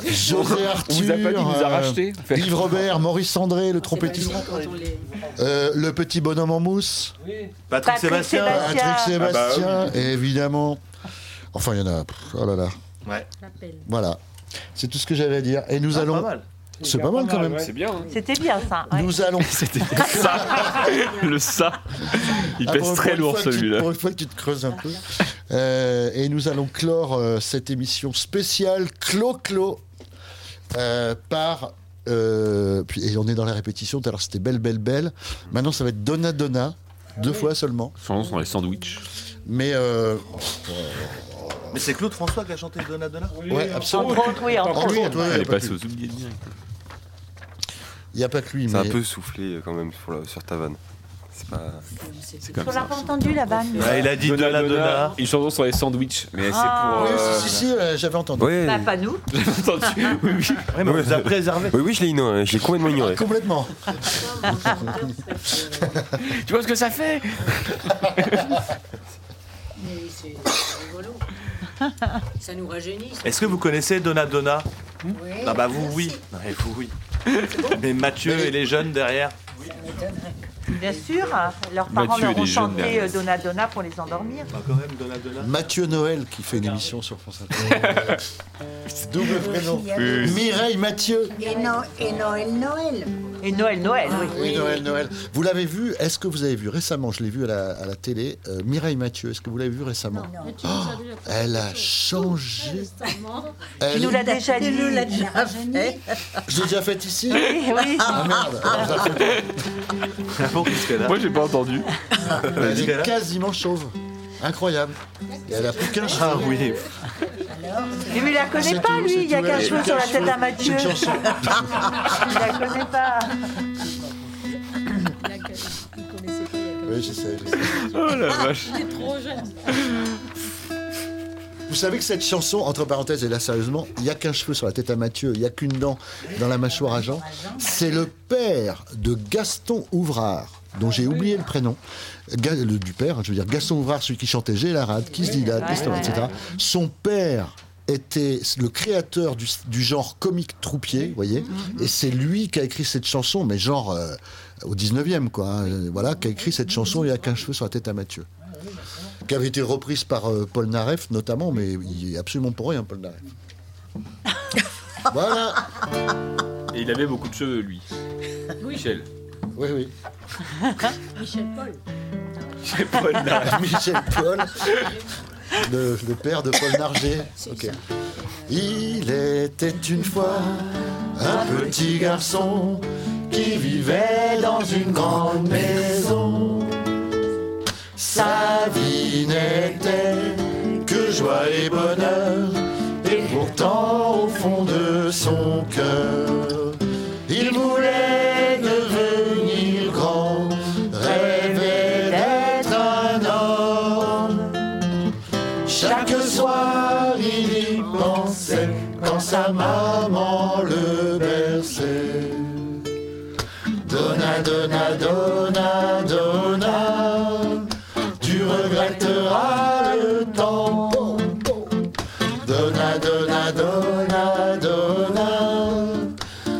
Speaker 4: José Arthur,
Speaker 2: On vous a pas dit, il nous
Speaker 4: euh,
Speaker 2: a racheté.
Speaker 4: Yves Robert, Maurice André, le trompettiste, Euh, le petit bonhomme en mousse,
Speaker 5: Patrick
Speaker 14: Patrick
Speaker 5: Sébastien.
Speaker 14: Sébastien.
Speaker 4: Patrick
Speaker 5: Ah bah,
Speaker 4: Sébastien, évidemment. Enfin, il y en a. pff, Oh là là.
Speaker 5: Ouais.
Speaker 7: L'appel.
Speaker 4: Voilà. C'est tout ce que j'allais dire. Et nous
Speaker 5: Ah,
Speaker 4: allons.
Speaker 5: Pas mal.
Speaker 4: C'est pas mal quand même.
Speaker 2: C'est bien. hein.
Speaker 14: C'était bien ça. ouais.
Speaker 4: Nous allons.
Speaker 2: (laughs)
Speaker 4: (laughs)
Speaker 2: C'était ça. Le ça. (laughs) Il
Speaker 4: Ah,
Speaker 2: pèse
Speaker 4: pour- pour
Speaker 2: très
Speaker 4: une
Speaker 2: lourd
Speaker 4: fois que tu-
Speaker 2: celui-là.
Speaker 4: Pour une fois que tu te creuses un peu. Euh, et nous allons clore euh, cette émission spéciale Clo-Clo euh, par. euh, puis, et on est dans la répétition. Tout à l'heure, c'était Belle, Belle, Belle. Maintenant, ça va être Donna, Donna.
Speaker 2: Ah
Speaker 4: Deux fois seulement.
Speaker 2: Son nom sont les sandwichs.
Speaker 4: Mais. euh,
Speaker 5: Mais c'est Claude François qui a chanté Donna Donna
Speaker 4: ouais, absolument.
Speaker 14: Entre autres, oui, entre
Speaker 4: Ah oui,
Speaker 14: autres.
Speaker 4: toi,
Speaker 2: Elle est
Speaker 4: il
Speaker 2: passée aux oubliés direct.
Speaker 4: n'y a pas que lui.
Speaker 3: C'est un
Speaker 4: mais-
Speaker 3: peu soufflé euh, quand même sur, la- sur ta vanne. C'est pas.
Speaker 2: C'est
Speaker 14: On
Speaker 2: comme
Speaker 14: l'a
Speaker 2: ça.
Speaker 14: pas entendu, la vanne.
Speaker 5: Ah, il a dit Donna Donna.
Speaker 2: Une chanson sur les sandwichs. Mais
Speaker 14: Ah.
Speaker 4: Oui,
Speaker 2: c'est pour. euh,
Speaker 4: si, si, si, euh, j'avais entendu.
Speaker 3: Ouais.
Speaker 14: Bah, pas
Speaker 5: (laughs)
Speaker 14: nous.
Speaker 2: J'ai entendu. Oui, oui.
Speaker 5: Ouais, mais on vous a préservé.
Speaker 3: Oui, oui, je l'ai ignoré. Je l'ai complètement ignoré.
Speaker 4: Complètement.
Speaker 2: (laughs) Tu vois ce que ça fait
Speaker 17: Mais c'est c'est rigolo.
Speaker 6: (laughs)
Speaker 17: Ça nous rajeunit. ça.
Speaker 5: (laughs) Est-ce que vous connaissez Donna Donna
Speaker 17: Ouais.
Speaker 5: Ah bah vous oui. Non, mais vous oui. Mais Mathieu et les jeunes derrière.
Speaker 14: Bien sûr, leurs
Speaker 2: Mathieu
Speaker 14: parents
Speaker 2: et
Speaker 14: leur
Speaker 2: les
Speaker 14: ont
Speaker 2: jeunes
Speaker 14: chanté
Speaker 2: derrière.
Speaker 14: euh, Donna Donna pour les endormir.
Speaker 5: Bah quand même Donna Donna.
Speaker 4: Mathieu Noël qui fait une émission sur France Inter. (laughs) Double prénom.
Speaker 2: Oui.
Speaker 4: Mireille Mathieu.
Speaker 6: Et, no- et Noël, Noël.
Speaker 14: Et Noël, Noël, oui.
Speaker 4: Oui, Noël, Noël. Vous l'avez vu Est-ce que vous avez vu récemment Je l'ai vu à la, à la télé. euh, Mireille Mathieu, est-ce que vous l'avez vu récemment Oh,
Speaker 7: Mais tu nous as vu la fois
Speaker 4: Elle a changé.
Speaker 7: récemment.
Speaker 4: Elle...
Speaker 14: Il nous l'a déjà dit.
Speaker 6: Il nous l'a déjà fait.
Speaker 4: (laughs) Je l'ai déjà faite ici
Speaker 14: Oui, oui.
Speaker 4: Ah merde Ah, vous avez fait-
Speaker 5: Ah bon, qu'est-ce qu'elle a
Speaker 2: Moi, j'ai pas entendu.
Speaker 4: Elle
Speaker 14: Ah,
Speaker 5: Qu'est-ce
Speaker 4: est
Speaker 5: qu'elle a
Speaker 4: quasiment chauve. Incroyable. Et elle a plus qu'un
Speaker 5: Ah
Speaker 4: cheveu.
Speaker 5: oui.
Speaker 14: Mais lui, il la connaît
Speaker 19: Ah, C'est
Speaker 14: pas,
Speaker 19: tout,
Speaker 14: lui.
Speaker 19: c'est
Speaker 14: Il y a
Speaker 19: tout,
Speaker 14: qu'un
Speaker 19: elle-
Speaker 14: cheveu sur la tête à Mathieu.
Speaker 19: Cette
Speaker 14: (laughs)
Speaker 19: chanson.
Speaker 14: Il la connaît pas.
Speaker 3: Oui, j'essaie, j'essaie.
Speaker 2: Oh la vache.
Speaker 12: Il est trop jeune.
Speaker 3: Vous savez que cette chanson, entre parenthèses, et là sérieusement, il n'y a qu'un cheveu sur la tête à Mathieu, il n'y a qu'une dent dans la mâchoire à Jean. C'est le père de Gaston Ouvrard, dont j'ai oublié le prénom, Ga- le- du père, hein, je veux dire Gaston Ouvrard, celui qui chantait J'ai la rade, qui se dit là,
Speaker 18: Ouais,
Speaker 3: etc.
Speaker 18: ouais, ouais.
Speaker 3: Son père était le créateur du, du genre comique troupier, vous voyez,
Speaker 18: Mhm.
Speaker 3: et c'est lui qui a écrit cette chanson, mais genre euh, au 19e, quoi, hein, euh, voilà, qui a écrit cette chanson, il n'y a qu'un cheveu sur la tête à Mathieu qui avait été reprise par euh, Paul Naref notamment, mais il est absolument pour rien, Paul Naref. voilà.
Speaker 2: Et il avait beaucoup de cheveux, lui. Michel.
Speaker 3: Oui, oui.
Speaker 12: Michel Paul.
Speaker 2: Michel Paul
Speaker 3: Naref. (laughs) Michel Paul. Le, le père de Paul Narget. Ok. Il était une fois un petit garçon qui vivait dans une grande maison. Sa vie n'était que joie et bonheur, et pourtant au fond de son cœur, il voulait devenir grand, rêvait d'être un homme. Chaque soir il y pensait quand sa maman le berçait. Donna, donna, donna, donna. Tu regretteras le temps. Donna, donna, donna, donna,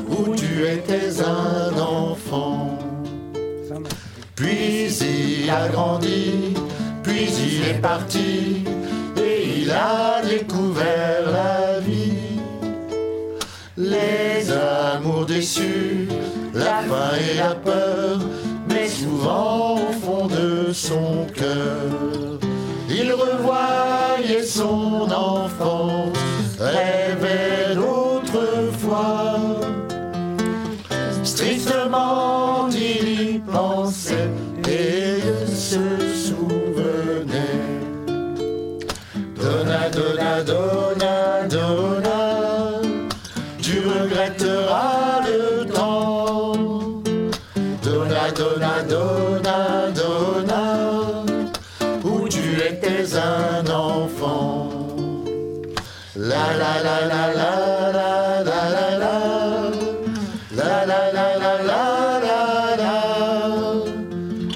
Speaker 3: où tu étais un enfant. Puis il a grandi, puis il est parti, et il a découvert la vie. Les amours déçus, la faim et la peur, mais souvent au fond de son cœur, il revoyait son enfant, rêvait d'autrefois. Tristement il y pensait et il se souvenait. Donna, donna, donna, donna, tu regretteras le temps. Donna, donna, donna, donna, où tu étais un enfant. La la la la la la la la la. La la la la la la la.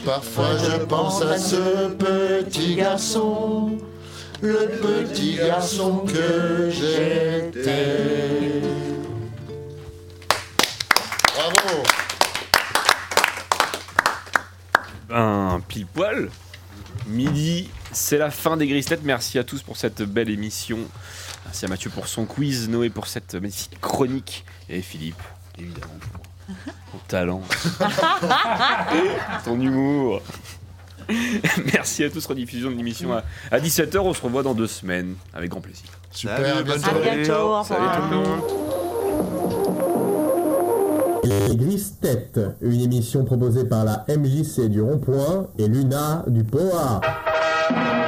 Speaker 3: Parfois je pense à ce petit garçon, le petit garçon que j'étais. Bravo.
Speaker 2: Ben, pile poil. Midi, c'est la fin des grises têtes. Merci à tous pour cette belle émission. Merci à Mathieu pour son quiz, Noé pour cette magnifique chronique et Philippe, évidemment, pour ton talent, ton humour. (laughs) Merci à tous. Rediffusion de l'émission à, 17h. On se revoit dans deux semaines avec grand plaisir.
Speaker 3: Super,
Speaker 18: Salut, à bonne bientôt. soirée. À bientôt, au
Speaker 2: Salut tout le monde.
Speaker 4: Les Grises Têtes, une émission proposée par la MJC du Rond-Point et Luna du POA.
Speaker 11: Mm-hmm.